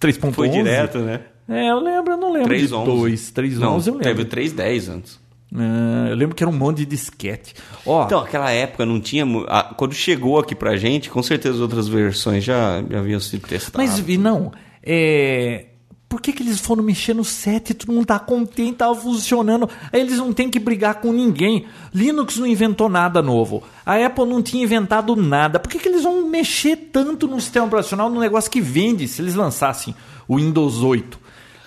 C: 3.11?
B: Foi direto, né?
C: É, eu lembro, eu não lembro de
B: 3.11.
C: 2, 3.11
B: não,
C: eu lembro.
B: teve o 3.10 antes.
C: Ah, eu lembro que era um monte de disquete. Ó,
B: Então, aquela época não tinha... mu- ah, quando chegou aqui pra gente, com certeza as outras versões já, já haviam sido testadas.
C: Mas, vi não, é... Por que, que eles foram mexer no 7 todo mundo tá contente, tava funcionando? Aí eles não têm que brigar com ninguém. Linux não inventou nada novo. A Apple não tinha inventado nada. Por que, que eles vão mexer tanto no sistema operacional num negócio que vende? Se eles lançassem o Windows 8,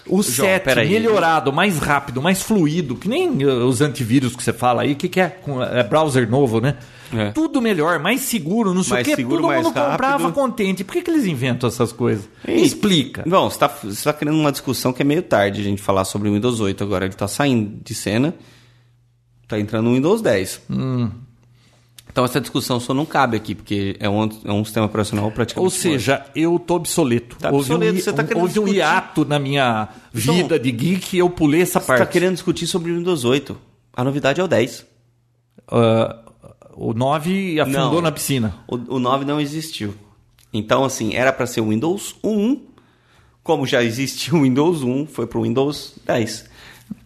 C: o 7
B: peraí.
C: melhorado, mais rápido, mais fluido, que nem uh, os antivírus que você fala aí, o que, que é? Com- É browser novo, né?
B: É.
C: Tudo melhor, mais seguro, não sei o
B: Mais
C: quê.
B: seguro,
C: Todo
B: mais
C: mundo comprava
B: rápido.
C: contente. Por que, que eles inventam essas coisas?
B: Ei,
C: Explica.
B: Bom, você tá, você tá criando uma discussão que é meio tarde a gente falar sobre o Windows 8 agora. Ele tá saindo de cena, tá entrando no Windows 10.
C: Hum.
B: Então essa discussão só não cabe aqui, porque é um, é um sistema operacional praticamente...
C: Ou seja, eu tô obsoleto.
B: Tá
C: houve
B: obsoleto,
C: um,
B: você tá
C: um-
B: querendo
C: houve um
B: discutir.
C: hiato na minha
B: Então,
C: vida de geek e eu pulei essa
B: você tá
C: parte.
B: querendo discutir sobre o Windows 8. A novidade é o 10.
C: Ah, o 9 afundou
B: Não.
C: na piscina.
B: O, o 9 não existiu. Então, assim, era para ser o Windows 1. Como já existia o Windows 1, foi pro Windows 10.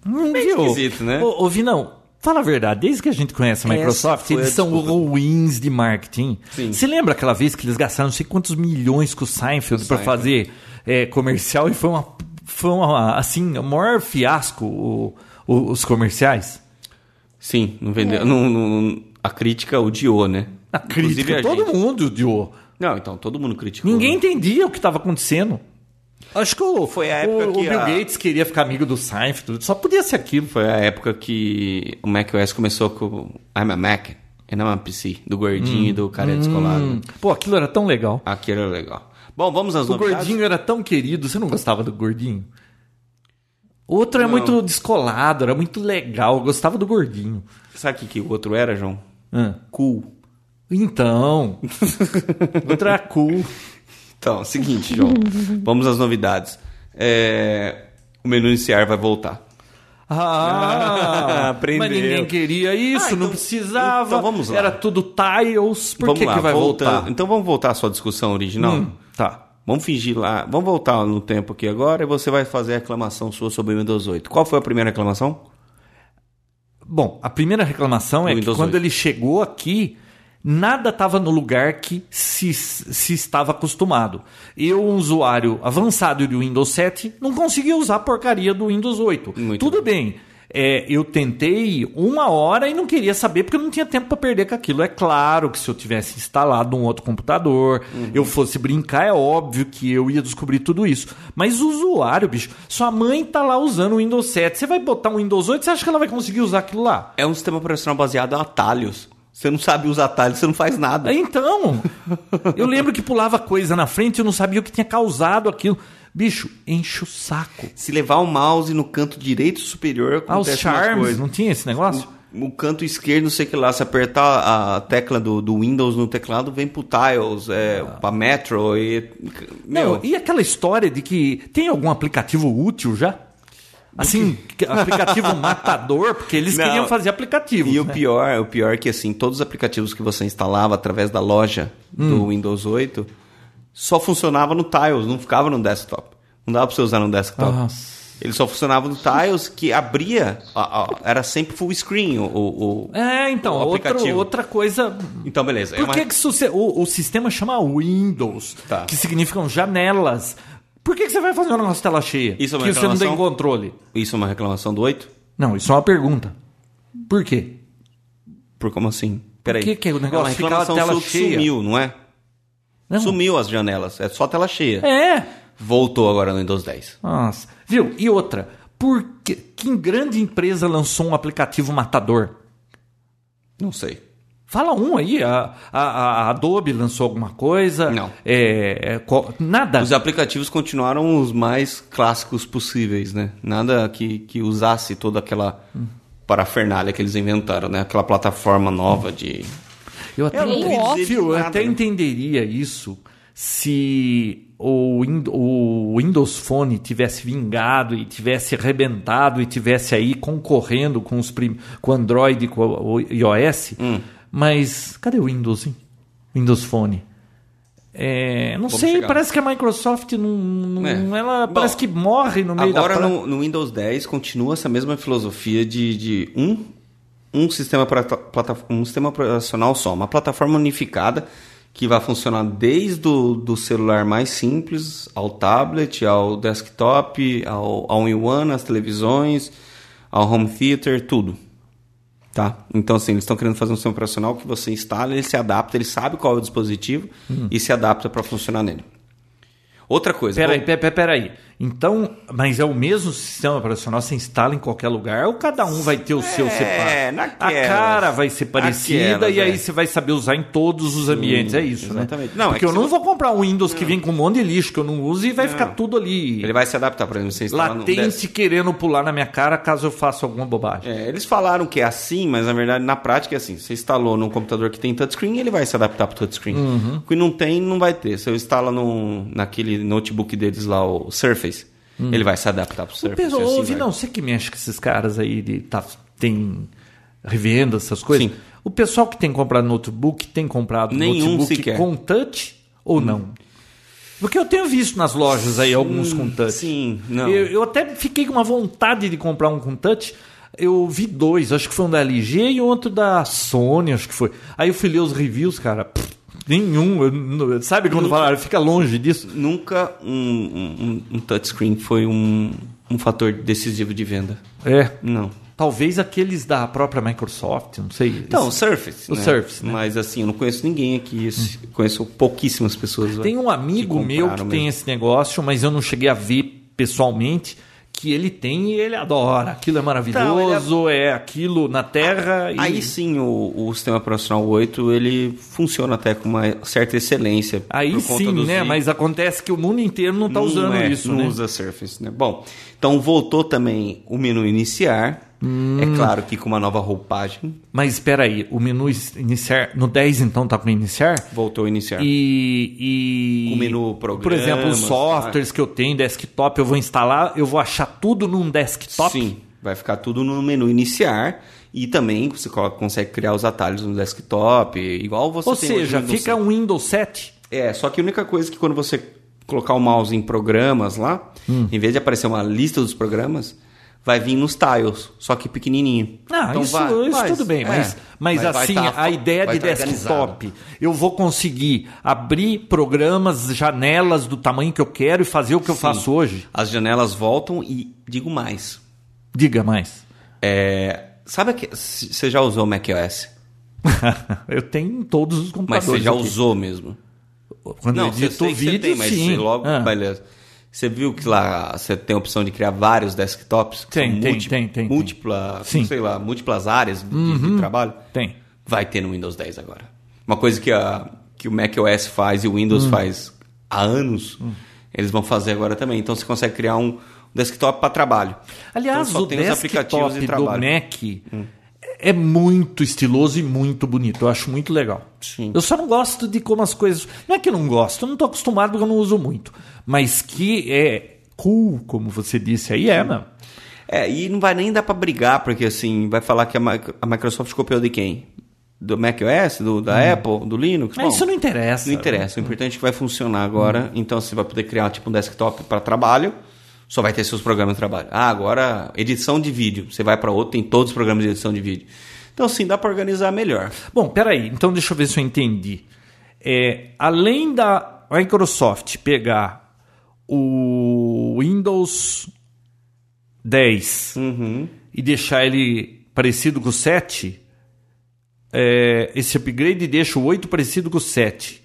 C: Hum,
B: Bem
C: viu?
B: esquisito, né?
C: Ô, ô, Vinão, fala a verdade. Desde que a gente conhece a
B: Essa
C: Microsoft,
B: foi a
C: eles são
B: desculpa.
C: ruins de marketing.
B: Sim.
C: Você lembra aquela vez que eles gastaram não sei quantos milhões com o Seinfeld para fazer é, comercial e foi uma, foi uma, assim, o maior fiasco o- o- os comerciais?
B: Sim, não vendeu. não- não- a crítica odiou, né?
C: A
B: Inclusive
C: crítica,
B: a
C: todo
B: gente.
C: mundo odiou.
B: Não, então, todo mundo criticou.
C: Ninguém
B: né?
C: entendia o que estava acontecendo. Acho que o,
B: Foi a época
C: o,
B: É que
C: o Bill
B: a-
C: Gates queria ficar amigo do Seinfeld. Só podia ser aquilo.
B: Foi a época que o macOS começou com o I'm a Mac and I'm a PC, do
C: Hum.
B: gordinho e do cara descolado.
C: Pô, aquilo era tão legal.
B: Aqui era legal. Bom, vamos às
C: Hum. O
B: novidades.
C: gordinho era tão querido, você não gostava do gordinho? Outro era muito descolado, era muito legal, eu gostava do gordinho.
B: Sabe o que, que o outro era, João?
C: Hã?
B: Cool.
C: Então, outro era cool.
B: Então, é o seguinte, João. vamos às novidades. É, O menu iniciar vai voltar.
C: Ah,
B: Aprendeu.
C: mas ninguém queria isso,
B: Ah, então-
C: não precisava.
B: então vamos lá.
C: Era tudo tiles, por
B: vamos
C: que,
B: lá,
C: que vai
B: voltando.
C: voltar?
B: Então vamos voltar à sua discussão original?
C: Tá.
B: Vamos fingir lá. Vamos voltar no tempo aqui agora e você vai fazer a reclamação sua sobre o Windows 8. Qual foi a primeira reclamação?
C: Bom, a primeira reclamação é
B: Windows
C: que quando
B: 8.
C: ele chegou aqui, nada estava no lugar que se, se estava acostumado. Eu, um usuário avançado de Windows 7, não conseguia usar a porcaria do Windows 8.
B: Muito
C: Tudo bem. É, eu tentei uma hora e não queria saber porque eu não tinha tempo para perder com aquilo. É claro que se eu tivesse instalado um outro computador, eu fosse brincar, é óbvio que eu ia descobrir tudo isso. Mas o usuário, bicho, sua mãe tá lá usando o Windows 7. Você vai botar um Windows 8, você acha que ela vai conseguir usar aquilo lá?
B: É um sistema operacional baseado em atalhos. Você não sabe usar atalhos, você não faz
C: Ah,
B: nada.
C: Então, eu lembro que pulava coisa na frente, eu não sabia o que tinha causado aquilo. Bicho, enche o saco.
B: Se levar o mouse no canto direito superior,
C: Ah, os
B: acontece Um, umas
C: charms,
B: coisas.
C: não tinha esse negócio?
B: O canto esquerdo, não sei o que lá, se apertar a tecla do, do Windows no teclado, vem pro Tiles, é, pra Metro e. Meu,
C: Ah. Não, e aquela história de que tem algum aplicativo útil já? Assim, que- aplicativo matador, porque eles
B: Não.
C: queriam fazer aplicativo. né?
B: E o pior, o pior é que assim, todos os aplicativos que você instalava através da loja
C: Hum.
B: do Windows 8 só funcionava no Tiles, não ficava no desktop. Não dava para você usar no
C: Então,
B: desktop.
C: Nossa.
B: Ele só funcionava no Tiles que abria, ó, ó, era sempre full screen o, o-
C: É, então,
B: o
C: outro,
B: aplicativo.
C: outra coisa.
B: Então beleza. é
C: Por
B: uma-
C: que, que suce- o, o sistema chama Windows,
B: Tá.
C: que significam janelas? Por que, que você vai fazer um negócio tela cheia?
B: Isso é uma
C: que você não tem
B: reclamação?
C: controle.
B: Isso é uma reclamação do 8?
C: Não, isso é uma pergunta. Por quê?
B: Por como assim? Peraí.
C: que que o negócio
B: É uma
C: ficava
B: reclamação
C: tela
B: su-
C: cheia?
B: sumiu, não é?
C: Não.
B: Sumiu as janelas, é só tela cheia.
C: É.
B: Voltou agora no Windows 10.
C: Nossa. Viu? E outra, por que, que grande empresa lançou um aplicativo matador?
B: Não sei.
C: Fala um aí, a, a- a- a Adobe lançou alguma coisa?
B: Não.
C: É, é, co- nada.
B: Os aplicativos continuaram os mais clássicos possíveis, né? Nada que, que usasse toda aquela
C: Hum.
B: parafernália que eles inventaram, né? Aquela plataforma nova de...
C: Eu até,
A: Eu não
C: entendi-
A: gosto
B: de
C: Viu? Eu
B: nada,
C: até
B: né?
C: entenderia isso se o, Win- o Windows Phone tivesse vingado e tivesse arrebentado e tivesse aí concorrendo com os prim- com o Android e com o iOS.
B: Hum.
C: Mas cadê o Windows, hein? Windows Phone. É, não
B: Vamos
C: sei,
B: chegar.
C: parece que a Microsoft não, não-
B: É.
C: ela
B: Bom,
C: parece que morre no meio
B: Agora
C: da pra-
B: no, no Windows 10 continua essa mesma filosofia de, de um, um, sistema pra, plata, um sistema operacional só, uma plataforma unificada que vai funcionar desde o do celular mais simples ao tablet, ao desktop, ao, ao One, às televisões, ao home theater, tudo. Tá? Então, assim, eles estão querendo fazer um sistema operacional que você instala, ele se adapta, ele sabe qual é o dispositivo
C: Hum.
B: e se adapta para funcionar nele. Outra coisa.
C: Peraí, peraí, peraí, peraí. Então, mas é o mesmo sistema operacional, você instala em qualquer lugar ou cada um vai ter o
B: É,
C: seu separado?
B: naquelas.
C: a cara vai ser parecida
B: Naquelas,
C: e aí
B: é.
C: você vai saber usar em todos os ambientes, é isso,
B: exatamente.
C: né?
B: Não, é
C: Porque
B: que
C: eu
B: você
C: não
B: não-
C: vou comprar um Windows que vem com um monte de lixo que eu não uso e vai ficar tudo
B: Ele
C: ali
B: vai se adaptar, por exemplo, você instala no desktop.
C: latente querendo pular na minha cara caso eu faça alguma bobagem.
B: É, eles falaram que é assim, mas na verdade na prática é assim. Você instalou num computador que tem touchscreen, ele vai se adaptar pro touchscreen.
C: Uhum.
B: O que não tem, não vai ter. Se eu instala num, naquele notebook deles lá, o Surface, ele vai se adaptar pro Surface.
C: Hum. Pedro,
B: assim
C: ouve,
B: vai.
C: não, você que mexe com esses caras aí, de, tá, tem revenda, essas coisas.
B: Sim.
C: O pessoal que tem comprado notebook, tem comprado
B: Nenhum
C: notebook
B: sequer. Hum.
C: com touch ou não? Porque eu tenho visto nas lojas aí alguns com touch.
B: Sim, não.
C: Eu, eu até fiquei com uma vontade de comprar um com touch. Eu vi dois, acho que foi um da LG e outro da Sony, acho que foi. Aí eu fui ler os reviews, cara. pff, nenhum. eu não- sabe quando falaram, fica longe disso?
B: Nunca um, um- um- um touchscreen foi um, um fator decisivo de venda.
C: É.
B: Não.
C: Talvez aqueles da própria Microsoft, não sei.
B: Então, o Surface.
C: O
B: né?
C: Surface, né?
B: Mas assim, eu não conheço ninguém aqui. esse- Conheço pouquíssimas pessoas. vai,
C: Tem um amigo
B: que
C: meu que
B: compraram
C: tem
B: mesmo.
C: esse negócio, mas eu não cheguei a ver pessoalmente. Que ele tem e ele adora. Aquilo é
B: Então,
C: maravilhoso, é aquilo na terra. e-
B: Ah, Aí sim, o, o sistema operacional 8 ele funciona até com uma certa excelência.
C: Aí
B: por conta
C: sim,
B: dos
C: né?
B: i-
C: Mas acontece que o mundo inteiro não tá
B: não
C: usando
B: é,
C: isso,
B: Não
C: né?
B: usa Surface, né? Bom, então voltou também o menu iniciar.
C: Hum.
B: É claro que com uma nova roupagem,
C: Mas espera aí, o menu is- iniciar... No 10, então, tá com iniciar?
B: voltou o iniciar.
C: E, e...
B: É. O menu
C: Por exemplo, os
B: programas, né? ah.
C: softwares que eu tenho, desktop, eu vou instalar, eu vou achar tudo num desktop.
B: Sim, vai ficar tudo no menu iniciar. E também você co- consegue criar os atalhos no desktop, igual você
C: Ou
B: tem hoje
C: seja,
B: no Windows
C: fica um Windows 7.
B: É, só que a única coisa é que quando você colocar o mouse em programas lá,
C: Hum.
B: em vez de aparecer uma lista dos programas, vai vir nos tiles, só que pequenininho.
C: Ah, isso, isso tudo bem,
B: É.
C: mas, mas assim,
B: tá
C: a ideia de desktop, eu vou conseguir abrir programas, janelas do tamanho que eu quero e fazer o que eu faço hoje?
B: As janelas voltam e digo mais.
C: Diga mais.
B: É, sabe que c- você já usou o macOS?
C: eu tenho em todos os
B: Mas
C: computadores.
B: você já
C: aqui.
B: usou mesmo?
C: Quando eu
B: você
C: edito vídeo,
B: tem, mas
C: sim.
B: você logo,
C: Ah,
B: beleza. Você viu que lá você tem a opção de criar vários desktops? que
C: Tem,
B: são
C: tem,
B: múlti-
C: tem, tem, tem.
B: múltipla,
C: Sim. Uhum.
B: sei lá, múltiplas áreas de- de trabalho.
C: tem.
B: vai ter no Windows 10
C: Hum.
B: agora. Uma coisa que, a, que o macOS faz e o Windows faz há anos Eles vão fazer agora também. Então você consegue criar um desktop para trabalho.
C: Aliás,
B: Então só
C: o
B: tem os aplicativos
C: desktop
B: de
C: do
B: trabalho. Hum.
C: Mac é muito estiloso e muito bonito. Eu acho muito legal.
B: Sim.
C: Eu só não gosto de como as coisas. Não é que eu não gosto, eu não estou acostumado porque eu não uso muito. Mas que é cool, como você disse aí, é, mano.
B: É, e não vai nem dar pra brigar, porque assim, vai falar que a, Mi- a Microsoft copiou de quem? Do macOS? Do, da
C: Hum.
B: Apple? Do Linux?
C: Mas isso não interessa.
B: Não interessa. O importante é que vai funcionar agora. Então você vai poder criar tipo um desktop para trabalho. Só vai ter seus programas de trabalho. Ah, agora edição de vídeo. Você vai para outro, tem todos os programas de edição de vídeo. Então assim, dá para organizar melhor.
C: Bom, peraí, então deixa eu ver se eu entendi. É, além da Microsoft pegar o Windows
B: Hum.
C: 10 e deixar ele parecido com o 7, é, esse upgrade deixa o 8 parecido com o 7.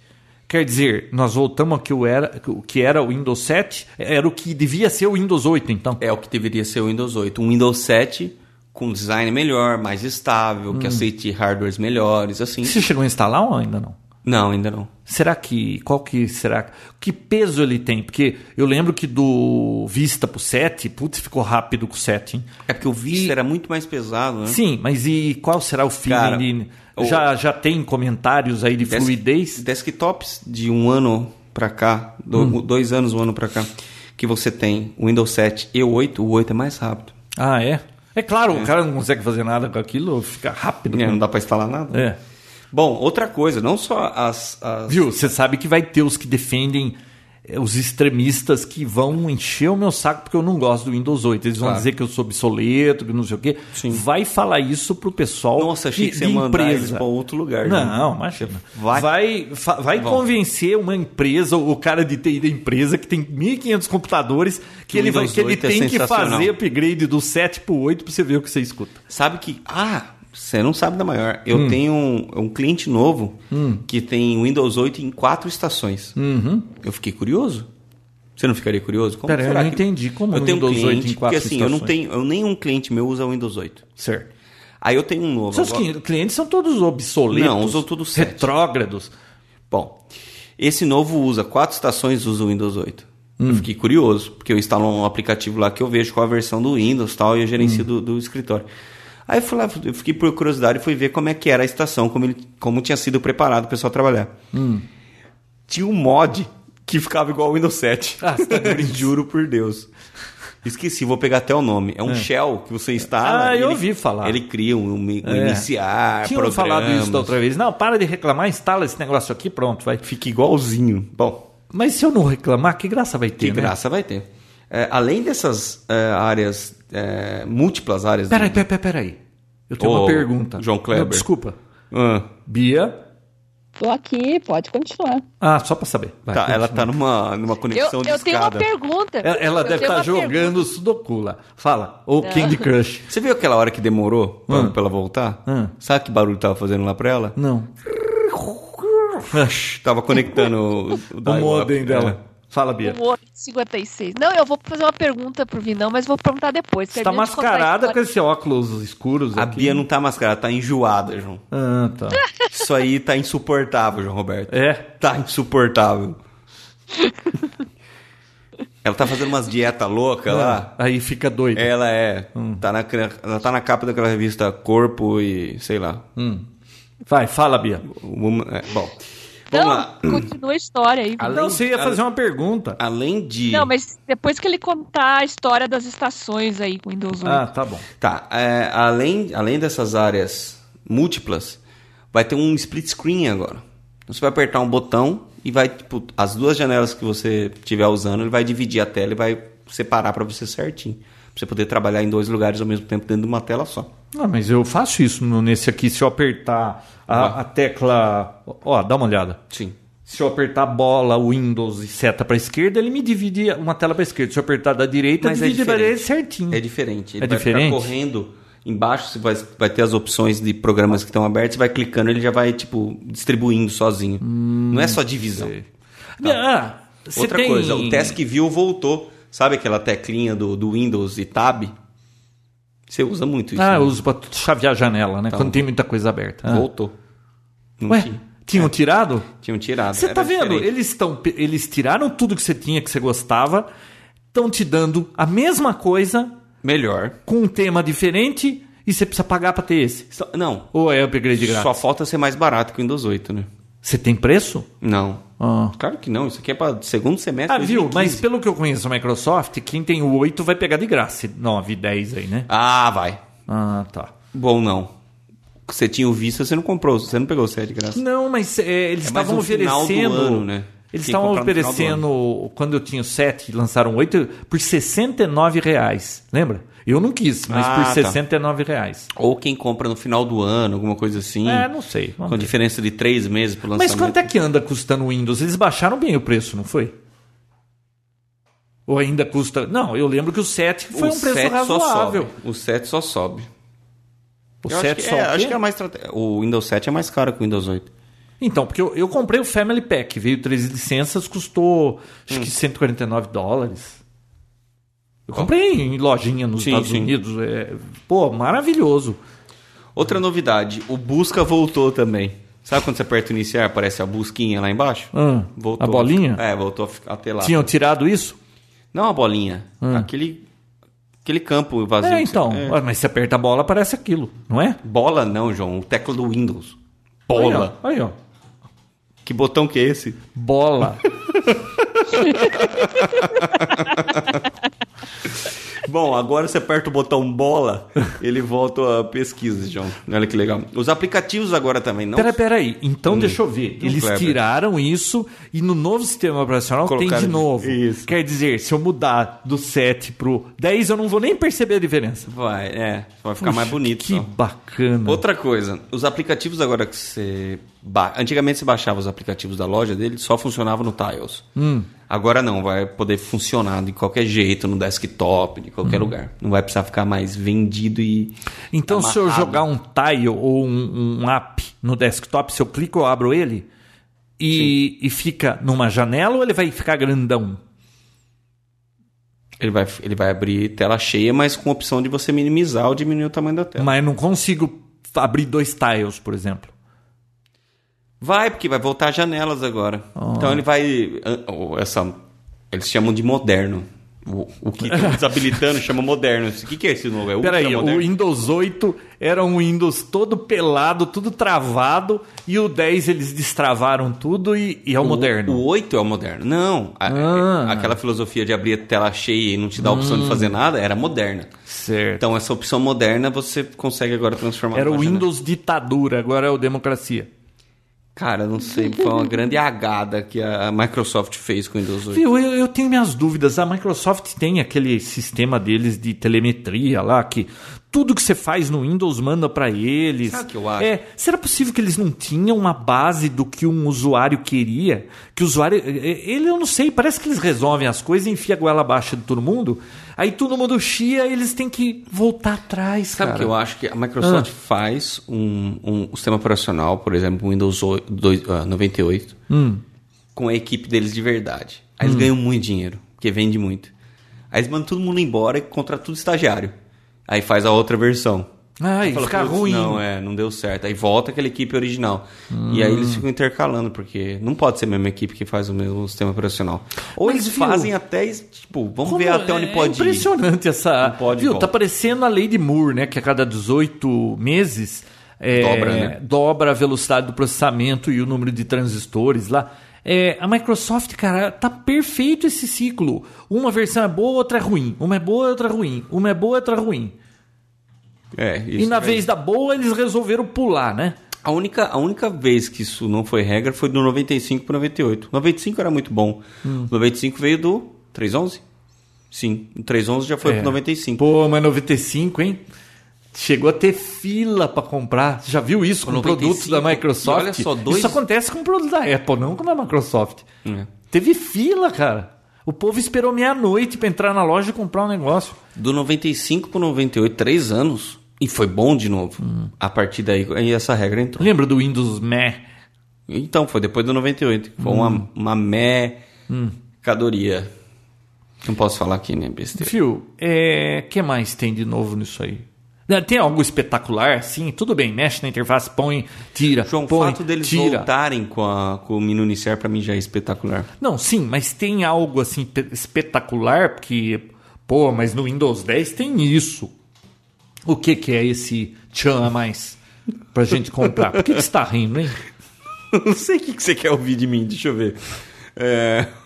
C: Quer dizer, nós voltamos ao que o era, o que era o Windows 7, era o que devia ser o Windows 8, então.
B: É o que deveria ser o Windows 8. Um Windows 7 com design melhor, mais estável, que aceite hardwares melhores, assim.
C: Você chegou a instalar ou ainda não?
B: Não, ainda não.
C: Será que. Qual que será? Que peso ele tem? Porque eu lembro que do Vista pro 7, putz, ficou rápido com o 7, hein?
B: É porque o Vista era muito mais pesado, né?
C: Sim, mas e qual será o
B: Cara,
C: feeling?
B: o-
C: já, já tem comentários aí de
B: Desk-
C: fluidez?
B: Desktops de um ano pra cá, do-
C: Hum.
B: dois anos, um ano pra cá, que você tem o Windows 7 e o 8, o 8 é mais rápido.
C: Ah, é? É claro, o cara não consegue fazer nada com aquilo, fica rápido.
B: É, Não dá pra instalar nada.
C: É.
B: Bom, outra coisa, não só as. as-
C: Viu? Você sabe que vai ter os que defendem eh, os extremistas que vão encher o meu saco porque eu não gosto do Windows 8. Eles vão
B: Claro.
C: dizer que eu sou obsoleto, que não sei o quê. Vai falar isso pro pessoal
B: Nossa, achei
C: de,
B: que você
C: de
B: ia mandar eles
C: empresa.
B: pra outro lugar. né?
C: Não, imagina.
B: Vai- Tá
C: Vai, vai, fa- vai
B: Vão.
C: convencer uma empresa, o cara de TI da empresa, que tem 1.500 computadores, que,
B: Que o
C: ele, vai,
B: Windows
C: que ele
B: 8 é
C: tem que
B: sensacional.
C: fazer upgrade do 7 pro 8 pra você ver o que você escuta.
B: Sabe que. Ah, você não sabe da maior.
C: Hum.
B: Eu tenho um, um cliente novo que tem o Windows 8 em quatro
C: Hum.
B: estações.
C: Uhum.
B: Eu fiquei curioso. Você não ficaria curioso? Como
C: Pera, eu
B: será
C: não
B: que-
C: entendi como
B: eu
C: o
B: tenho um
C: Windows 8 em
B: cliente, porque
C: quatro
B: assim, eu não
C: estações?
B: tenho, eu, nenhum cliente meu usa o Windows 8.
C: Certo.
B: Aí eu tenho um novo.
C: Seus
B: agora.
C: cli- clientes são todos obsoletos.
B: Não, usam tudo 7.
C: Retrógrados.
B: Bom, esse novo usa quatro estações, usa o Windows 8.
C: Hum.
B: Eu fiquei curioso, porque eu instalo um aplicativo lá que eu vejo qual a versão do Windows e tal, e eu gerencio
C: Hum.
B: do, do escritório. Aí eu, fui lá, eu fiquei por curiosidade e fui ver como é que era a estação, como, ele, como tinha sido preparado o pessoal trabalhar.
C: Hum.
B: Tinha um mod que ficava igual ao Windows 7.
C: Ah, você tá
B: Juro por Deus. Esqueci, vou pegar até o nome. É um shell que você instala.
C: Ah,
B: e
C: eu
B: ele-
C: ouvi falar.
B: Ele cria um, um, um
C: É.
B: iniciar,
C: Tinham falado isso da
B: programas.
C: outra vez. Não, para de reclamar, instala esse negócio aqui, pronto, vai.
B: Fica igualzinho. Bom,
C: Mas se eu não reclamar, que graça vai ter,
B: Que
C: né?
B: graça vai ter. É, além dessas é, áreas, é, múltiplas áreas.
C: Peraí,
B: do-
C: peraí, peraí, peraí. Eu tenho
B: Ô,
C: uma pergunta.
B: João Kleber.
C: Não, desculpa.
B: Ah,
C: Bia...
A: Tô aqui, pode continuar.
C: Ah, só pra saber. Vai,
B: tá, ela
C: continua.
B: tá numa, numa
A: Eu,
B: conexão de
A: eu tenho uma
B: escada.
A: pergunta.
C: Ela, ela
A: Eu
C: deve
A: tenho
C: estar
A: uma Tá.
C: jogando o Sudoku lá. Fala. Ou Candy Crush.
B: Você viu aquela hora que demorou pra,
C: Ah.
B: pra ela voltar?
C: Ah.
B: Sabe que barulho tava fazendo lá pra ela?
C: Não. tá
B: Tava conectando o, o
C: o
B: dial-up.
C: modem
B: É.
C: dela. Fala, Bia.
A: Humor 56. Não, eu vou fazer uma pergunta pro Vinão, mas vou perguntar depois.
C: Você tá
A: Termina de contar a
C: mascarada com
A: história.
C: esse óculos escuros
B: A
C: aqui.
B: Bia não tá mascarada, tá enjoada, João.
C: Ah, tá.
B: Isso aí tá insuportável, João Roberto.
C: É.
B: Tá insuportável. ela tá fazendo umas dietas loucas lá.
C: Aí fica doido.
B: Ela é. Tá na, ela tá na capa daquela revista Corpo e sei lá.
C: Hum. Vai, fala, Bia.
B: Woman- é, bom.
A: Não,
B: Vamos lá.
A: continua a história aí.
B: Além-
C: não, você ia
B: além-
C: fazer uma pergunta.
B: Além de.
A: Não, mas depois que ele contar a história das estações aí com o Windows 8.
C: Ah, tá bom.
B: Tá. é, além, além dessas áreas múltiplas, vai ter um split screen agora. Então, Você vai apertar um botão e vai, tipo, as duas janelas que você estiver usando, ele vai dividir a tela e vai separar pra você certinho. Pra você poder trabalhar em dois lugares ao mesmo tempo dentro de uma tela só.
C: Não, mas eu faço isso no- nesse aqui. Se eu apertar a, a tecla. Ó, dá uma olhada.
B: Sim.
C: Se eu apertar bola, Windows e seta para esquerda, ele me divide uma tela para esquerda. Se eu apertar da direita,
B: Mas é
C: Então divide da
B: diferente.
C: direita certinho.
B: É diferente. Ele
C: É
B: vai
C: diferente?
B: ficar correndo embaixo, você vai, vai ter as opções de programas que estão abertos, você vai clicando, ele já vai, tipo, distribuindo sozinho.
C: Hum,
B: Não é só divisão.
C: Ah, você
B: tá. Outra
C: tem-
B: coisa, o Task View voltou. Sabe aquela teclinha do, do Windows e Tab? Você usa muito isso.
C: Ah,
B: né? Tá
C: eu uso pra chavear a janela, né? Quando tem muita coisa aberta. Ah.
B: Voltou. Não
C: Ué,
B: tinha.
C: Tinham tirado?
B: Tinham tirado.
C: Você
B: era
C: tá vendo?
B: diferente.
C: Eles estão, eles tiraram tudo que você tinha que você gostava, estão te dando a mesma coisa
B: Melhor.
C: com um tema diferente e você precisa pagar pra ter esse.
B: Só- não.
C: Ou é upgrade grátis?
B: Só falta ser mais barato que o Windows 8, né?
C: Você tem preço?
B: Não.
C: Ah.
B: Claro que não. Isso aqui é para segundo semestre.
C: Ah, viu?
B: 2015.
C: Mas pelo que eu conheço a Microsoft, quem tem o 8 vai pegar de graça. 9, 10 aí, né?
B: Ah, vai.
C: Ah, tá.
B: Bom, não. Você tinha o Vista, você não comprou. Você não pegou o 7 de graça.
C: Não, mas é, eles
B: É mais
C: estavam
B: no final do
C: oferecendo.
B: ano, né?
C: Eles
B: Tem que
C: estavam
B: comprar no final do
C: oferecendo, quando eu tinha o 7 e lançaram o 8, por 69 reais. Lembra? Eu não quis, mas
B: Ah,
C: por
B: tá.
C: 69 reais.
B: Ou quem compra no final do ano, alguma coisa assim.
C: É, não sei. vamos
B: com
C: ver.
B: diferença de três meses pro lançamento.
C: Mas quanto é que anda custando o Windows? Eles baixaram bem o preço, não foi? Ou ainda custa. Não, eu lembro que o 7 foi
B: o
C: um preço
B: 7
C: razoável.
B: Só sobe. O 7 só sobe.
C: O
B: Eu
C: 7
B: acho que,
C: só.
B: é,
C: o quê?
B: acho que é mais trate- O Windows 7 é mais caro que o Windows 8.
C: Então, porque eu, eu comprei o Family Pack, veio três licenças, custou acho
B: Hum.
C: que 149 dólares. Eu comprei em lojinha nos
B: Sim,
C: Estados
B: sim.
C: Unidos. é, pô, maravilhoso.
B: Outra novidade, o busca voltou também. Sabe quando você aperta iniciar, aparece a busquinha lá embaixo?
C: Ah,
B: Voltou
C: a bolinha?
B: É, voltou a fi- a ter lá.
C: Tinham tirado isso?
B: Não a bolinha, aquele aquele campo vazio.
C: Ah. É,
B: que você-
C: então.
B: é.
C: Ué, Mas se aperta a bola, aparece aquilo, não é?
B: Bola não, João, o teclado do Windows. Bola.
C: Aí, ó. Aí, ó.
B: Que botão que é esse?
C: Bola.
B: Bom, agora você aperta o botão bola, ele volta a pesquisa, João. Olha que legal. Os aplicativos agora também, não?
C: Pera, pera aí. Então, deixa eu ver.
B: Hum,
C: Eles
B: Kleber.
C: tiraram isso e no novo sistema operacional tem
B: Colocaram-
C: de novo.
B: Isso.
C: Quer dizer, se eu mudar do 7 pro 10, eu não vou nem perceber a diferença.
B: Vai, é. Vai ficar mais
C: Puxa,
B: bonito.
C: Que
B: só.
C: bacana.
B: Outra coisa, os aplicativos agora que você. ba- Antigamente você baixava os aplicativos da loja dele, só funcionava no Tiles.
C: Hum.
B: Agora não, vai poder funcionar de qualquer jeito, no desktop, de qualquer
C: Hum.
B: lugar. Não vai precisar ficar mais vendido e.
C: Então, se eu
B: tá amarrado.
C: jogar um tile ou um, um app no desktop, se eu clico, eu abro ele e, e fica numa janela ou ele vai ficar grandão?
B: Ele vai, ele vai abrir tela cheia, mas com a opção de você minimizar ou diminuir o tamanho da tela.
C: Mas eu não consigo abrir dois tiles, por exemplo.
B: Vai, porque vai voltar janelas agora.
C: Oh.
B: Então ele vai. ah, ou Essa, eles chamam de moderno. O, o que estão desabilitando chama moderno. O que, que é esse novo? É
C: Peraí, o
B: ultramoderno?
C: Windows 8 era um Windows todo pelado, tudo travado, e o 10 eles destravaram tudo e, e é o, moderno.
B: O 8 é o moderno. Não. a- é,
C: Ah. Hum.
B: Aquela filosofia de abrir a tela cheia e não te dar a opção de fazer nada era moderna.
C: Certo.
B: Então, essa opção moderna você consegue agora transformar
C: era o
B: numa janela.
C: Windows ditadura, agora é o democracia.
B: Cara, não sei. Foi uma grande agada que a Microsoft fez com o Windows 8.
C: Viu, eu, eu tenho minhas dúvidas. A Microsoft tem aquele sistema deles de telemetria lá, que tudo que você faz no Windows manda pra eles.
B: Sabe o que eu acho?
C: É, será possível que eles não tinham uma base do que um usuário queria? Que o usuário. eh, eh, Ele, eu não sei, parece que eles resolvem as coisas e enfia a goela abaixo de todo mundo. Aí todo mundo chia e eles têm que voltar atrás,
B: Sabe o
C: cara. Ah.
B: que eu acho? Que a Microsoft faz um, um sistema operacional, por exemplo, o Windows 8, dois- ah, 98,
C: Hum.
B: com a equipe deles de verdade. Aí eles ganham muito dinheiro, porque vende muito. Aí eles mandam todo mundo embora e contratam tudo estagiário. Aí faz a outra versão.
C: Ah, e
B: Fala,
C: fica
B: "Putz,
C: ruim.
B: Não, é, não deu certo. Aí volta aquela equipe original. E aí
C: Hum.
B: eles ficam intercalando, porque não pode ser a mesma equipe que faz o mesmo sistema operacional. Ou
C: Mas,
B: eles
C: viu,
B: fazem até, tipo, vamos
C: Como
B: ver até onde
C: é
B: pode ir.
C: impressionante essa.
B: Não pode,
C: viu,
B: não.
C: tá parecendo a Lady Moore, né? Que a cada 18 meses é,
B: Dobra, né?
C: dobra a velocidade do processamento e o número de transistores lá. É, a Microsoft, cara, tá perfeito esse ciclo. Uma versão é boa, outra é ruim. Uma é boa, outra é ruim. Uma é boa, outra é ruim.
B: É,
C: e
B: isso
C: na
B: é.
C: vez da boa, eles resolveram pular, né?
B: A única, a única vez que isso não foi regra foi do 95 para 98. 95 era muito bom.
C: Hum.
B: 95 veio do 311? Sim, o 311 já foi
C: É.
B: pro 95.
C: Pô, mas 95, hein? Chegou a ter fila pra comprar. Você Já viu isso com
B: 95,
C: produtos da Microsoft?
B: e olha só, dois-
C: Isso acontece com produtos da Apple, não com da Microsoft.
B: É.
C: Teve fila, cara. O povo esperou meia-noite pra entrar na loja e comprar um negócio.
B: Do 95 para 98, três anos. E foi bom de novo.
C: Hum.
B: A partir daí, aí essa regra entrou.
C: Lembra do Windows ME?
B: Então, foi depois do 98. Foi
C: Hum.
B: uma, uma mercadoria. Não posso falar aqui, né? Besteira.
C: Fio, é... que mais tem de novo nisso aí? Tem algo espetacular, sim, tudo bem, mexe na interface, põe, tira,
B: João,
C: põe,
B: o fato deles
C: tira.
B: voltarem com, a, com o Mino Iniciar pra mim já é espetacular.
C: Não, sim, mas tem algo assim pe- espetacular, porque, pô, mas no Windows 10 tem isso. O que que é esse tchan a mais pra gente comprar? Por que, que você tá rindo, hein?
B: Não sei o que, que você quer ouvir de mim, deixa eu ver. É...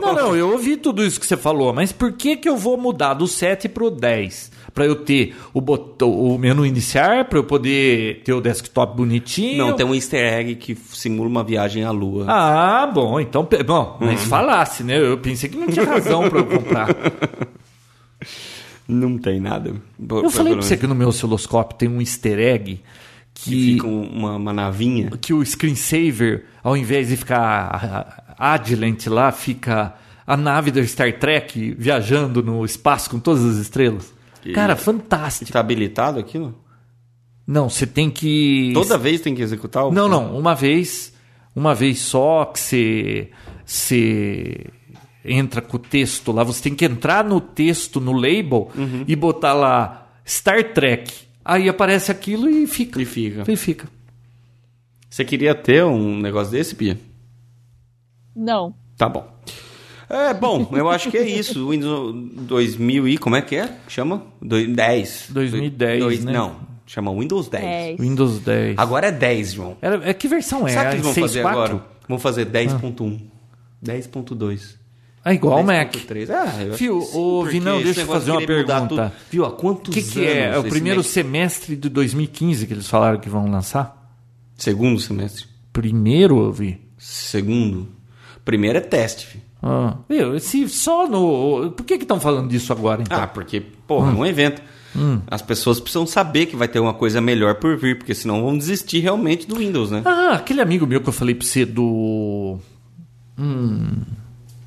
C: Não, não, eu ouvi tudo isso que você falou, mas por que que eu vou mudar do 7 pro 10? Pra eu ter o, botão, o menu iniciar, pra eu poder ter o desktop bonitinho?
B: Não, tem um easter egg que simula uma viagem à lua.
C: Ah, bom, então. pe- Bom, mas
B: Uhum.
C: falasse, né? Eu pensei que não tinha razão pra eu comprar.
B: Não tem nada. Bo-
C: Eu falei pra
B: provavelmente.
C: você que no meu osciloscópio tem um easter egg
B: Que
C: que,
B: fica um, uma, uma navinha.
C: que o screensaver, ao invés de ficar a- a- Agilent lá, fica a nave da Star Trek viajando no espaço com todas as estrelas.
B: Que-
C: Cara,
B: E
C: fantástico.
B: tá habilitado aquilo?
C: Não, você tem que.
B: Toda vez tem que executar o...
C: Não, não. Uma vez, uma vez só que você, você entra com o texto lá. Você tem que entrar no texto, no label,
B: Uhum.
C: e botar lá Star Trek. Aí aparece aquilo e fica.
B: E fica.
C: E fica.
B: Você queria ter um negócio desse, Pia?
A: Não.
B: Tá bom. É, bom, eu acho que é isso. O Windows 2000 e... Como é que é? Chama? Doi- 10.
C: 2010,
B: Dois-
C: né?
B: Não, chama Windows 10.
A: Dez.
C: Windows 10.
B: Agora é 10, João.
C: Era, é, que versão
B: Sabe o
C: é?
B: que
C: Era
B: eles vão fazer
C: 6.4?
B: agora? Vão
C: Ah.
B: fazer 10.1, 10.2.
C: É igual ao Mac.
B: 10.3. Ah, eu acho
C: Fio,
B: que sim,
C: ô,
B: porque
C: Vinão,
B: esse
C: deixa eu te
B: negócio
C: fazer uma
B: de querer mudar
C: pergunta.
B: tudo- Viu, há quantos
C: O que, que
B: anos
C: é? É o
B: esse
C: primeiro
B: Mac-
C: semestre de 2015 que eles falaram que vão lançar?
B: Segundo semestre.
C: Primeiro, eu vi.
B: Segundo. Primeiro é teste, filho.
C: Ah, meu, se só no. Por que estão falando disso agora, então?
B: Ah, porque, porra, é um evento.
C: Hum.
B: As pessoas precisam saber que vai ter uma coisa melhor por vir, porque senão vão desistir realmente do Windows, né?
C: Ah, aquele amigo meu que eu falei pra você do.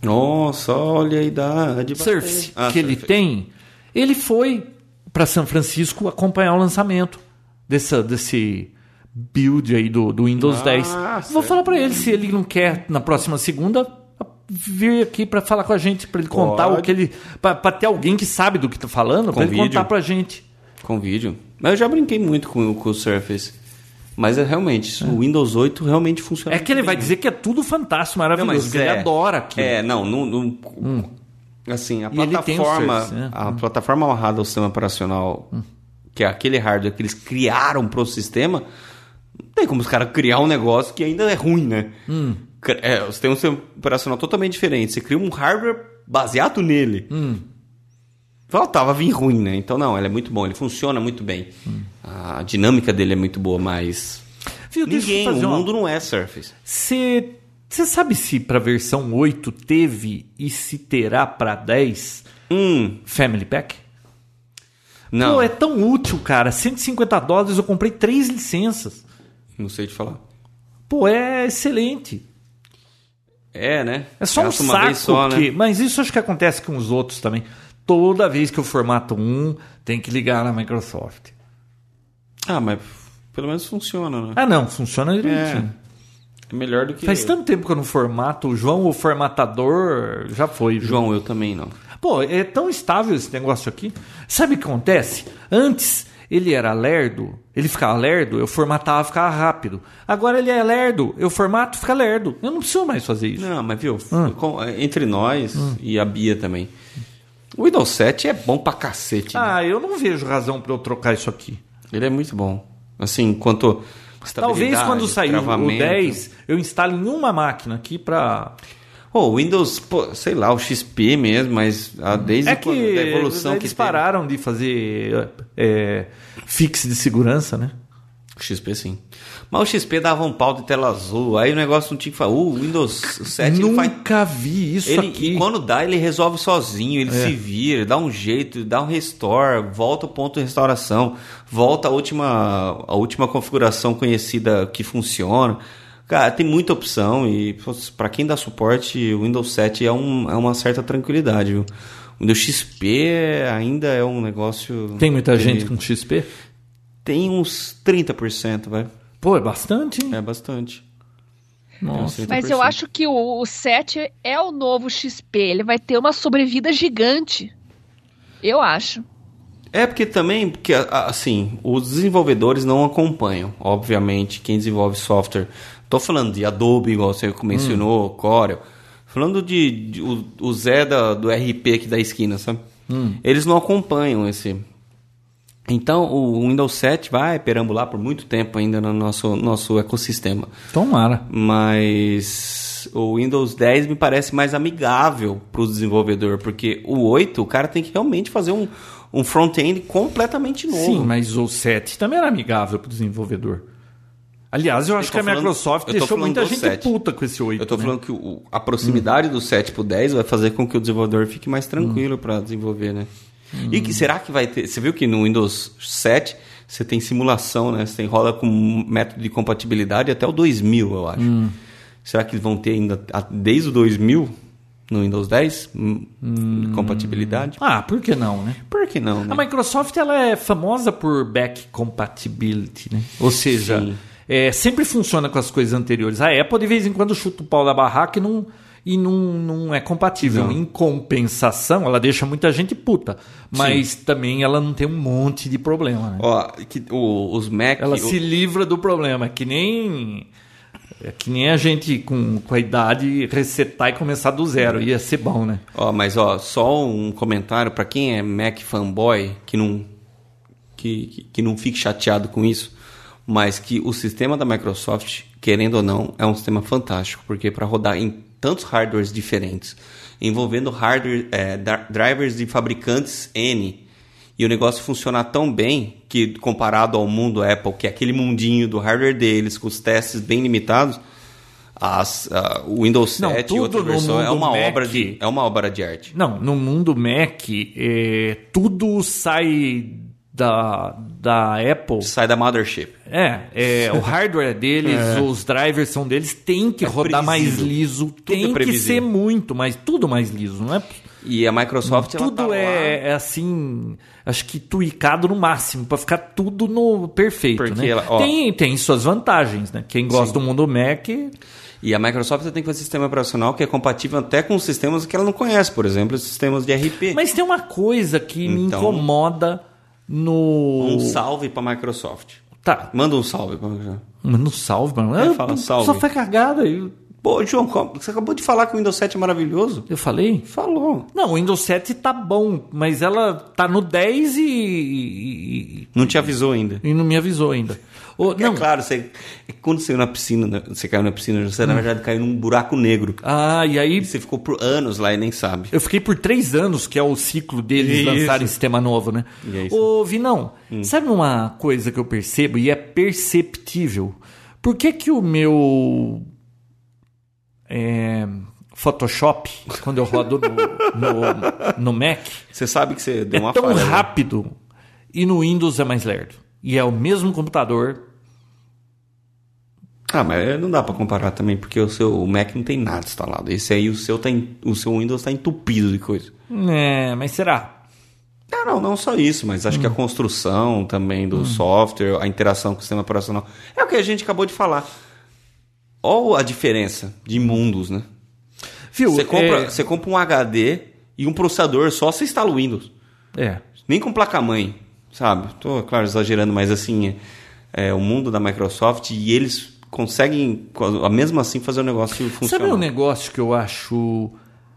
B: Nossa, olha a idade.
C: Surf
B: Ah,
C: que ele
B: Surf.
C: tem. Ele foi pra São Francisco acompanhar o lançamento dessa, desse build aí do, do Windows 10. Vou
B: Ah, certo.
C: falar pra ele se ele não quer na próxima segunda vir aqui pra falar com a gente, pra ele contar
B: Pode.
C: o que ele pra- Pra ter alguém que sabe do que tá falando,
B: Com
C: pra ele
B: vídeo.
C: contar pra gente.
B: Com vídeo. Mas eu já brinquei muito com, com o Surface. Mas é realmente, isso, o Windows 8 realmente funciona.
C: É que ele
B: muito
C: vai
B: bem.
C: dizer que é tudo fantástico,
B: Não,
C: maravilhoso,
B: mas
C: que ele
B: é-
C: adora aquilo. Hum.
B: É, não, não, não- assim, a
C: E ele tem o
B: plataforma,
C: Surface, né? Hum.
B: a plataforma amarrada ao sistema operacional, que é aquele hardware que eles criaram pro sistema, não tem como os caras criar um negócio que ainda é ruim, né?
C: Hum.
B: Cri- É, você tem um sistema operacional totalmente diferente, você cria um hardware baseado nele.
C: Hum.
B: Faltava vir ruim, né? Então não, ele é muito bom, ele funciona muito bem.
C: Hum.
B: A dinâmica dele é muito boa, mas
C: Viu, deixa eu
B: ninguém, o
C: fazer uma-
B: mundo não é Surface.
C: Você sabe se para versão 8 teve e se terá para 10
B: Hum,
C: Family Pack?
B: não,
C: Pô, é tão útil, cara. 150 dólares eu comprei três licenças.
B: não sei te falar.
C: Pô, é excelente.
B: É, né?
C: É só
B: Gasta
C: um
B: uma
C: saco
B: vez só, né?
C: que- Mas isso acho que acontece com os outros também. Toda vez que eu formato um, tem que ligar na Microsoft.
B: Ah, mas pelo menos funciona, né?
C: Ah, não, funciona direitinho.
B: É melhor do que.
C: Faz tanto tempo que eu não formato. O João, o formatador, já foi. viu?
B: João, eu também não.
C: Pô, é tão estável esse negócio aqui. Sabe o que acontece? Antes ele era lerdo, ele ficava lerdo, eu formatava, ficava rápido. Agora ele é lerdo, eu formato, fica lerdo. Eu não preciso mais fazer isso.
B: Não, mas viu,
C: Ah.
B: com- é, entre nós e a Bia também. O Windows 7 é bom pra cacete. né?
C: Ah, eu não vejo razão pra eu trocar isso aqui.
B: Ele é muito bom. Assim, quanto.
C: Talvez
B: estabilidade,
C: quando sair o
B: travamento.
C: 10, eu instale em uma máquina aqui pra.
B: Ô, o Windows, pô, sei lá, o XP mesmo, mas a, desde
C: É
B: quando, da
C: que
B: evolução que
C: eles
B: teve.
C: pararam de fazer é, fixe de segurança, né?
B: O XP sim. Mas o XP dava um pau de tela azul, aí o negócio não tinha que falar. Uh, o Windows 7 ele tipo, faz
C: Nunca vi isso
B: Ele,
C: aqui.
B: e quando dá, ele resolve sozinho, ele se vira, dá um jeito, dá um restore, volta o ponto de restauração, volta a última, a última configuração conhecida que funciona. Cara, tem muita opção e putz, pra quem dá suporte, o Windows 7 é, um, é uma certa tranquilidade, viu? O Windows XP ainda é um negócio.
C: Tem muita
B: que-
C: gente com XP?
B: Tem uns 30%, vai.
C: Pô, é bastante, hein?
B: É bastante.
C: Nossa.
B: Tem uns
A: Mas eu
B: 30%.
A: acho que o, o 7 é o novo XP. Ele vai ter uma sobrevida gigante. Eu acho.
B: É porque também, porque a- a- assim, os desenvolvedores não acompanham, obviamente, quem desenvolve software. Tô falando de Adobe, igual você mencionou, Corel. Falando de, de- o, o Zé da- do RP aqui da esquina, sabe? Eles não acompanham esse. Então, o Windows 7 vai perambular por muito tempo ainda no nosso, nosso ecossistema.
C: Tomara.
B: Mas o Windows 10 me parece mais amigável para o desenvolvedor, porque o 8 o cara tem que realmente fazer um, um front-end completamente novo.
C: Sim, mas o 7 também era amigável pro desenvolvedor. Aliás, eu acho
B: tô
C: que a
B: falando- eu
C: Microsoft
B: tô
C: deixou
B: falando
C: muita
B: do
C: gente
B: 7.
C: puta com esse 8.
B: Eu tô
C: né? Uhum.
B: falando que o- a proximidade do 7 pro 10 vai fazer com que o desenvolvedor fique mais tranquilo pra para desenvolver, né?
C: Uhum.
B: E que será que vai ter? Você viu que no Windows 7 você tem simulação, né? Você tem roda com método de compatibilidade até o 2000, eu acho.
C: Hum.
B: Será que vão ter ainda a- desde o 2000 no Windows 10 hum, compatibilidade?
C: Ah, por que não, né?
B: Por que não, né?
C: A Microsoft ela é famosa por back compatibility, né? Ou seja,
B: Sim.
C: é, sempre funciona com as coisas anteriores. A Apple de vez em quando chuta o pau da barraca e não, e não, não é compatível.
B: Não.
C: Em compensação, ela deixa muita gente puta, mas também ela não tem um monte de problema. Né?
B: Ó, É que, o- os Mac...
C: Ela
B: o-
C: se livra do problema, é que nem é que nem a gente com, com a idade resetar e começar do zero, ia ser bom, né?
B: Ó, mas ó, só um comentário pra quem é Mac fanboy que não que, que, que não fique chateado com isso, mas que o sistema da Microsoft, querendo ou não, é um sistema fantástico, porque para rodar em tantos hardwares diferentes, envolvendo hardware é, dra- drivers de fabricantes N, e o negócio funcionar tão bem que comparado ao mundo Apple, que é aquele mundinho do hardware deles com os testes bem limitados, as, ah, o Windows
C: Não,
B: 7 e
C: tudo
B: outra
C: no
B: versão é
C: mundo
B: uma
C: Mac-
B: obra de é uma obra de arte.
C: Não, no mundo Mac, é, tudo sai da, da Apple.
B: Sai da mothership.
C: É, é, o hardware é deles, os drivers são deles, tem que
B: É
C: rodar mais
B: previsível. é
C: liso, tem que
B: previsível.
C: ser muito, mas tudo mais liso, não é?
B: E a Microsoft ela
C: tudo
B: tá lá
C: é, é assim, acho que tuicado no máximo, pra ficar tudo no perfeito,
B: Porque
C: né?
B: ela- ó.
C: tem, tem suas vantagens, né? Quem gosta do mundo Mac,
B: E a Microsoft tem que fazer sistema operacional que é compatível até com sistemas que ela não conhece, por exemplo, os sistemas de RP.
C: mas tem uma coisa que me
B: Então-
C: incomoda no
B: Um salve pra Microsoft.
C: tá,
B: Manda um salve pra Microsoft.
C: Mas não salve, mano.
B: É,
C: Eu-
B: fala
C: eu-
B: salve.
C: Só foi cagada. Eu,
B: Pô, João, como- você acabou de falar que o Windows 7 é maravilhoso?
C: eu falei?
B: Falou.
C: Não, o Windows 7 tá bom, mas ela tá no 10 e, e,
B: Não te avisou ainda.
C: e não me avisou ainda. Ô, não,
B: É claro, você, é que quando você caiu na piscina, né, você caiu na piscina, você
C: Hum.
B: na verdade caiu num buraco negro.
C: Ah, e aí
B: E você ficou por anos lá e nem sabe.
C: eu fiquei por três anos, que é o ciclo deles
B: Isso.
C: lançarem sistema novo, né?
B: E Hum. é isso.
C: Ô, Vinão, sabe uma coisa que eu percebo e é perceptível? Por que que o meu é, Photoshop, quando eu rodo no- no, no Mac,
B: Você sabe que você deu
C: é
B: uma
C: tão
B: falha. né?
C: rápido e no Windows é mais lerdo. E é o mesmo computador.
B: Ah, mas não dá pra comparar também, porque o seu Mac não tem nada instalado. Esse aí, o seu, tá en- o seu Windows tá entupido de coisa.
C: É, mas será?
B: Não, não, não só isso, mas acho que
C: Hum.
B: a construção também do software, a interação com o sistema operacional. É o que a gente acabou de falar. Olha a diferença de mundos, né?
C: Viu?
B: Você compra,
C: é-
B: você compra um HD e um processador só, você instala o Windows.
C: É,
B: Nem com placa-mãe, sabe? Tô, claro, exagerando, mas assim, é, é o mundo da Microsoft e eles conseguem, co- mesmo assim, fazer o negócio funcionar.
C: Sabe um negócio que eu acho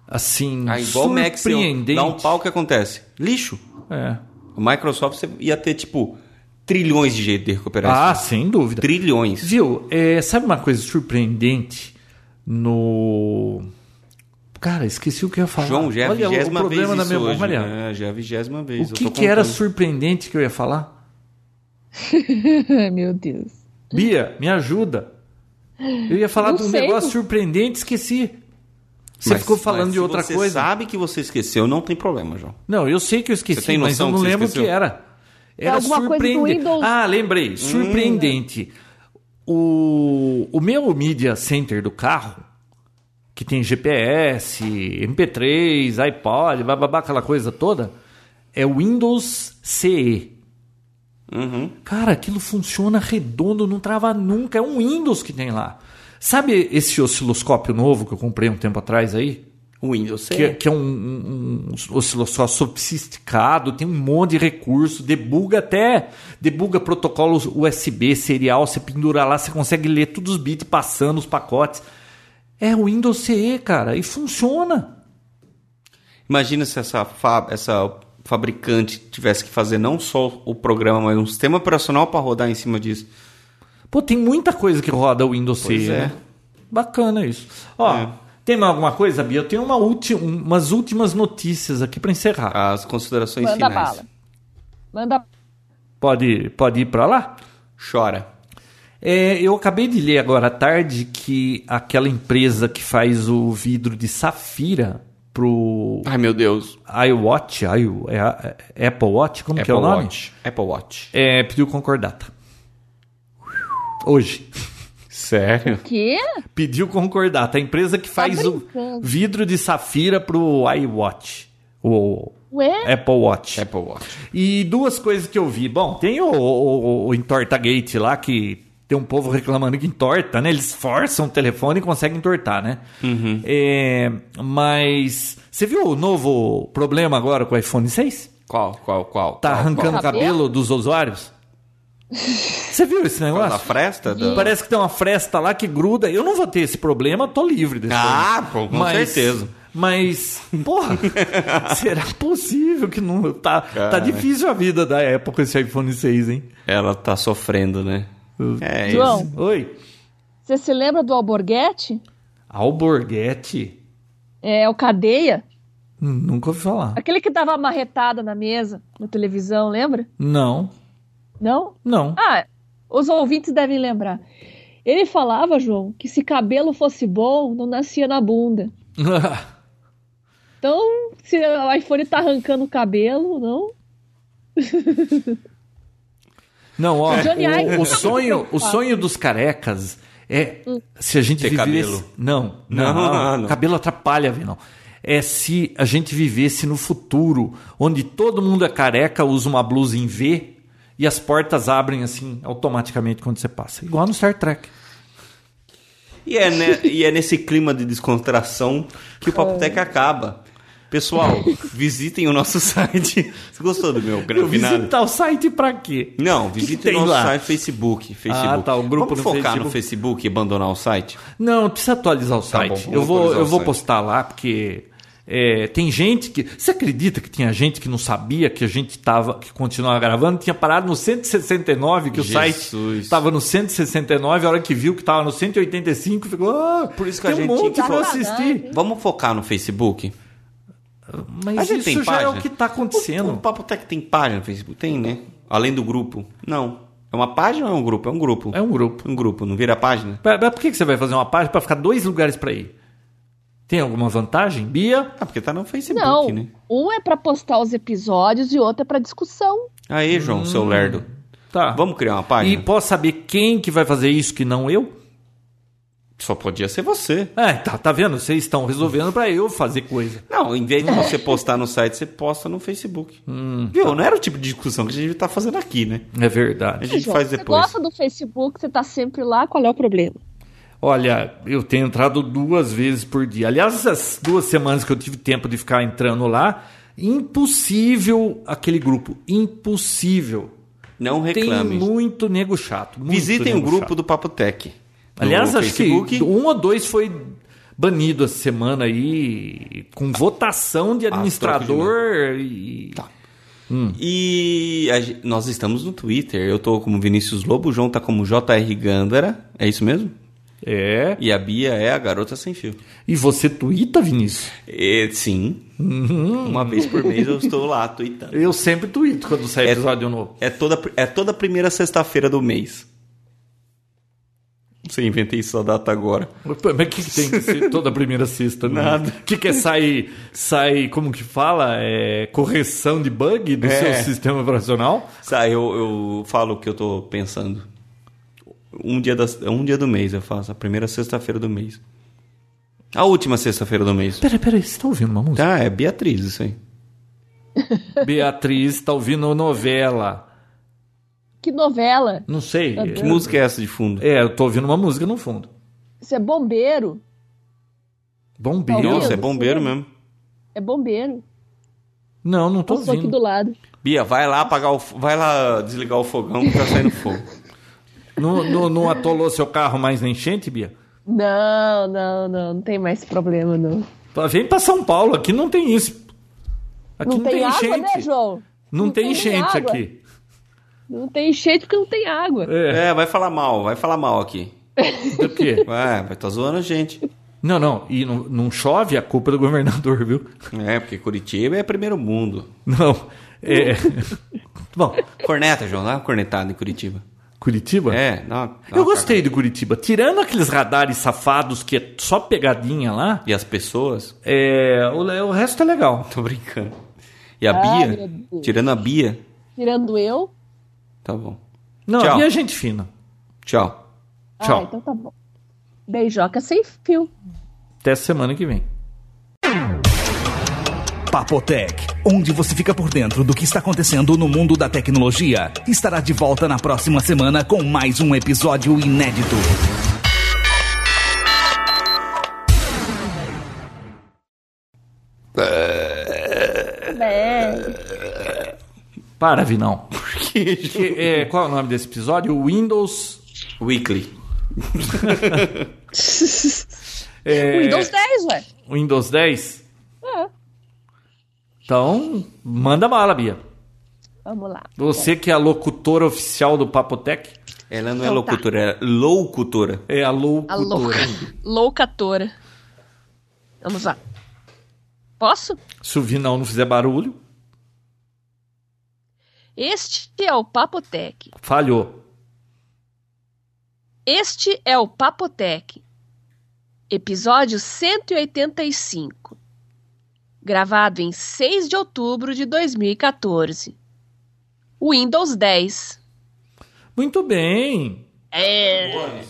C: assim
B: Ah, igual o Mac, você
C: surpreendente?
B: dá um pau, o que acontece? Lixo.
C: É.
B: O Microsoft você ia ter, tipo, trilhões de jeito de recuperar
C: Ah,
B: isso.
C: sem dúvida.
B: Trilhões.
C: Viu? É, sabe uma coisa surpreendente no Cara, esqueci o que eu ia falar.
B: João, já é a
C: Olha, o
B: vigésima vez
C: problema da
B: isso
C: minha
B: hoje.
C: memória.
B: É, já é a vigésima vez.
C: O
B: eu
C: que,
B: tô
C: que era
B: contando.
C: surpreendente que eu ia falar?
A: Meu Deus.
C: Bia, me ajuda. Eu ia falar
A: Não
C: de um
A: sei.
C: negócio surpreendente, esqueci. Você
B: Mas-
C: ficou falando
B: mas
C: de outra
B: se
C: coisa.
B: Você sabe que você esqueceu, não tem problema, João.
C: Não, eu sei que eu esqueci,
B: Você tem
C: mas eu
B: noção
C: não
B: que você
C: lembro o que
B: esqueceu? Hum.
C: era. Era
A: É alguma coisa do
C: surpreendente.
A: Windows.
C: Ah, lembrei. Surpreendente. O, o meu Media Center do carro, que tem GPS, MP3, iPod, bababá, aquela coisa toda, é o Windows CE.
B: Uhum.
C: Cara, aquilo funciona redondo, não trava nunca. É um Windows que tem lá. Sabe esse osciloscópio novo que eu comprei um tempo atrás aí?
B: O Windows
C: que,
B: é.
C: que é um, um, um osciloscópio sofisticado, tem um monte de recurso, debuga até, debuga protocolos USB, serial, você pendura lá, você consegue ler todos os bits passando os pacotes. É o Windows CE, cara, e funciona.
B: Imagina se essa, fa- essa fabricante tivesse que fazer não só o programa, mas um sistema operacional para rodar em cima disso.
C: Pô, tem muita coisa que roda o Windows
B: Pois
C: CE,
B: é.
C: né? Bacana isso. Ó,
B: É.
C: tem mais alguma coisa, Bia? Eu tenho uma ulti- umas últimas notícias aqui para encerrar.
B: As considerações
A: Manda
B: finais.
A: bala. Manda
C: Pode, pode ir para lá?
B: Chora.
C: É, eu acabei de ler agora à tarde que aquela empresa que faz o vidro de safira pro
B: Ai, meu Deus.
C: iWatch, i, é a- é Apple Watch, como que é o nome?
B: Watch. Apple Watch.
C: É, pediu concordata. Hoje.
B: Sério?
A: que?
C: Pediu concordata. A empresa que faz o
A: brincando.
C: vidro de safira pro iWatch. O
A: Ué?
C: Apple Watch.
B: Apple Watch.
C: E duas coisas que eu vi. Bom, tem o, o, o- o Entortagate lá que tem um povo reclamando que entorta, né? Eles forçam o telefone e conseguem entortar, né? É, mas você viu o novo problema agora com o iPhone 6?
B: Qual, qual, qual?
C: Tá arrancando o
A: Cabelo?
C: cabelo dos usuários? Você viu esse
B: Qual? Da
C: negócio?
B: fresta? Da...
C: Parece que tem uma fresta lá que gruda. Eu não vou ter esse problema, tô livre desse
B: Ah,
C: problema.
B: pô, com certeza.
C: Mas, porra, será possível que não. Tá, tá
B: Cara.
C: difícil a vida da época esse iPhone 6, hein?
B: Ela tá sofrendo, né? É
A: João.
B: isso.
C: Oi.
A: Você se lembra do Alborguete?
C: Alborguete?
A: É o Cadeia?
C: Hum, Nunca ouvi falar.
A: Aquele que dava marretada na mesa, na televisão, lembra?
C: Não,
A: Não?
C: não.
A: Ah, os ouvintes devem lembrar. Ele falava, João, que se cabelo fosse bom, não nascia na bunda. Então, se o iPhone tá arrancando o cabelo, não?
C: não, ó.
A: O Johnny Ive
C: O, o
A: tá
C: sonho,
A: muito
C: o sonho dos carecas é se a gente
B: Ter
C: vivesse.
B: cabelo.
C: Não,
B: Não,
C: não,
B: não, não.
C: Cabelo atrapalha, não. É se a gente vivesse no futuro, onde todo mundo é careca, usa uma blusa em V e as portas abrem assim automaticamente quando você passa. Igual no Star Trek.
B: E é, né- e é nesse clima de descontração que o
C: É.
B: Papoteca acaba. Pessoal, visitem o nosso site. Você gostou do meu
C: Eu
B: grafinado?
C: visitar o site pra quê?
B: Não,
C: que
B: visite
C: tem
B: o nosso
C: lá?
B: site Facebook, Facebook.
C: Ah, tá, o grupo
B: Vamos
C: no
B: focar
C: Facebook.
B: no Facebook e abandonar o site?
C: Não, precisa atualizar o site.
B: Tá bom,
C: eu
B: vou
C: vou,
B: atualizar
C: eu
B: o
C: vou
B: site.
C: postar lá, porque é, tem gente que. Você acredita que tinha gente que não sabia que a gente tava, que continuava gravando? Tinha parado no 169, que o site
B: Jesus.
C: estava no 169, a hora que viu que estava no 185, ficou. "Ah,
B: Por isso que
C: tem
B: a gente tá
C: um monte
B: tinha que
C: pra
A: falar.
C: assistir.
B: Vamos focar no Facebook?
C: Tá
B: A
C: Mas
B: gente
C: isso
B: tem
C: já é o
B: página?
C: que está
B: O, o
C: acontecendo.
B: Papotec tem página no Facebook? Tem, né? Além do grupo? Não. É uma página ou é um grupo? É um grupo.
C: É um grupo.
B: Um grupo, não vira página?
C: Mas mas por que que você vai fazer uma página para ficar dois lugares para ir? Tem alguma vantagem? Bia?
B: Ah, porque tá no Facebook,
A: Não.
B: né?
A: Um é pra postar os episódios e outro é pra discussão.
B: Aí, João,
C: Hum.
B: seu lerdo.
C: Tá.
B: Vamos criar uma
C: e
B: página?
C: posso saber quem que vai fazer isso que não eu?
B: Só podia ser você.
C: É, tá, tá vendo? Vocês estão resolvendo pra eu fazer coisa.
B: Não, em vez de você postar no site, você posta no Facebook.
C: Hum.
B: Viu? Não era o tipo de discussão que a gente tá fazendo aqui, né?
C: É
B: A
C: verdade.
B: gente
A: João,
B: faz
A: você
B: depois.
A: gosta do Facebook, você tá sempre lá, qual é o problema?
C: Olha, eu tenho entrado duas vezes por dia. Aliás, as duas semanas que eu tive tempo de ficar entrando lá, impossível aquele grupo. Impossível.
B: Não
C: Tem
B: reclame.
C: muito nego chato. muito
B: Visitem o
C: nego
B: grupo
C: chato.
B: do Papo Tech. No
C: Aliás, acho
B: Facebook.
C: que um ou dois foi banido essa semana aí, com votação
B: Ah,
C: de administrador e.
B: E a gen- nós estamos no Twitter. Eu tô como Vinícius Lobo, o João tá como JR Gandara. É isso mesmo?
C: É.
B: E a Bia é a garota sem fio.
C: E você tuita, Vinícius?
B: E, sim. Uma vez por mês eu estou lá tweetando.
C: Eu sempre tuito quando sai
B: É-
C: episódio novo.
B: É toda, é toda primeira sexta-feira do mês. Você inventei essa data agora.
C: Mas o que, que tem que ser toda primeira sexta? né?
B: Nada.
C: O que, que é sair, sair, como que fala? É, correção de bug do
B: É.
C: seu sistema operacional?
B: Sabe, eu, eu falo o que eu tô pensando. Um dia, das, um dia do mês eu faço, a primeira sexta-feira do mês. A última sexta-feira do mês.
C: Peraí, peraí, você tá ouvindo uma música?
B: Tá, é Beatriz isso aí.
C: Beatriz tá ouvindo novela.
A: Que novela?
C: Não sei.
A: Tá
B: Que música é essa de é fundo?
C: É, eu tô ouvindo uma música no fundo.
A: Você é bombeiro.
C: Bombeiro?
A: Não,
B: Nossa, é
A: Deus,
B: bombeiro
A: sim.
B: mesmo.
A: É bombeiro.
C: Não, não tô
A: Passou aqui
C: ouvindo.
A: do lado.
B: Bia, vai lá apagar o. f- Vai lá desligar o fogão que tá saindo fogo.
C: Não, não- não atolou seu carro mais na enchente, Bia?
A: Não, não, não. Não tem mais esse problema, não.
C: Pá, Vem pra São Paulo, aqui não tem isso. Aqui não,
A: não tem, água,
C: enchente.
A: né, João?
C: Não, tem,
A: nem
C: enchente
A: água.
C: aqui.
A: Não tem enchente porque não tem água.
C: É,
B: É, vai falar mal, vai falar mal aqui.
C: do quê?
B: Vai, vai tá zoando a gente.
C: Não, não, e não, não chove, a culpa é do governador, viu?
B: É, porque Curitiba é primeiro mundo.
C: Não. É. Bom,
B: Corneta, João, dá uma cornetada em Curitiba.
C: Curitiba?
B: É, dá uma, dá uma
C: Eu gostei de Curitiba. Tirando aqueles radares safados que é só pegadinha lá,
B: cagada. E as pessoas?
C: é, o, o resto é legal.
B: Tô brincando. E a
A: Ah,
B: Bia?
A: meu Deus.
B: Tirando a Bia?
A: Tirando eu.
B: Tá bom.
C: Não,
B: Tchau.
C: e a gente fina.
B: Tchau.
C: Tchau.
A: Ah, então tá bom. Beijoca sem fio.
C: Até semana que vem.
D: Papotec, onde você fica por dentro do que está acontecendo no mundo da tecnologia, estará de volta na próxima semana com mais um episódio inédito.
C: Para, Vinão. Que- é, qual é o nome desse episódio? Windows.
B: Weekly.
C: é,
A: Windows 10, ué.
C: Windows 10?
A: É.
C: Então, manda bala, Bia.
A: Vamos lá.
C: Você que é a locutora oficial do Papotec,
B: Ela não
A: Então
B: é
A: tá.
B: locutora, ela é loucutora.
C: é a loucutora.
A: A louca. Loucatora. Vamos lá. Posso?
C: Se o Vinão não fizer barulho,
A: Este é o Papotec.
C: falhou.
A: Este é o Papotec. Episódio 185. Gravado em 6 de outubro de 2014. Windows 10.
C: Muito bem.
A: É.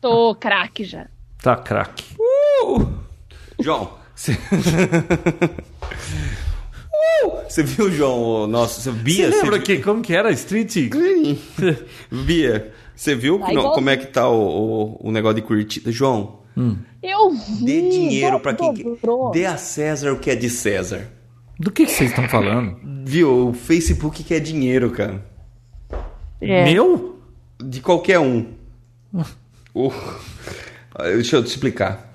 A: Tô craque já.
C: Tá, craque.
B: João, você. Uh, Você viu, João? o Nosso, você,
C: Você
B: Bia,
C: lembra
B: você-
C: que, como que era? Street?
B: Bia, você viu
A: Tá
B: que não-
A: igual-
B: como é que tá o, o, o negócio de Curitiba? João,
A: Eu vi.
B: dê dinheiro pra quem.
A: dobrou.
B: Dê a César o que é de César.
C: Do que, que vocês estão falando?
B: Viu? O Facebook quer dinheiro, cara.
A: É.
C: Meu?
B: De qualquer um. O- Deixa eu te explicar.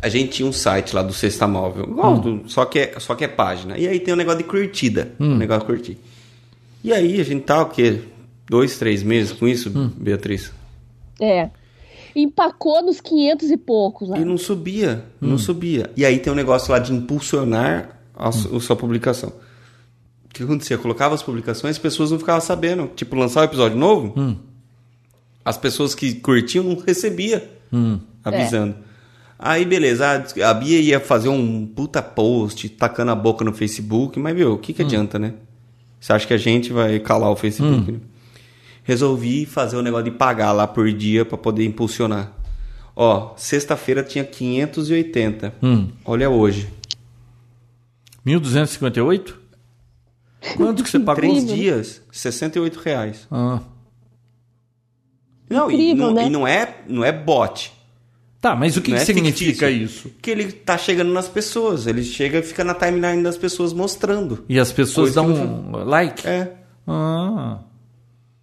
B: A gente tinha um site lá do Sexta Móvel, igual do- só, que é, só que é página. E aí tem um negócio de curtida. Um negócio de curtir. E aí a gente tá o quê? Dois, três meses com isso, Beatriz?
A: É. Empacou nos 500 e poucos lá.
B: E não subia, não subia. E aí tem um negócio lá de impulsionar a, su- a sua publicação. O que acontecia? Eu colocava as publicações, as pessoas não ficavam sabendo. Tipo, lançar o episódio novo, as pessoas que curtiam não recebia avisando. Aí, beleza, a dis- a Bia ia fazer um puta post, tacando a boca no Facebook, mas, meu, o que, que adianta, né? Você acha que a gente vai calar o Facebook? né? Resolvi fazer o negócio de pagar lá por dia pra poder impulsionar. Ó, sexta-feira tinha 580.
C: Hum.
B: Olha hoje.
C: 1258? Quanto que você pagou?
B: Três
A: né?
B: dias, 68 reais.
C: Ah.
B: Não, e,
A: Incrível,
B: não
A: né?
B: e não é, não é bot.
C: Tá, mas o que,
B: Não
C: que
B: é
C: significa
B: fictício.
C: isso?
B: Que ele tá chegando nas pessoas. Ele chega e fica na timeline das pessoas mostrando.
C: E as pessoas
B: Coisa que
C: dão like?
B: É.
C: Ah.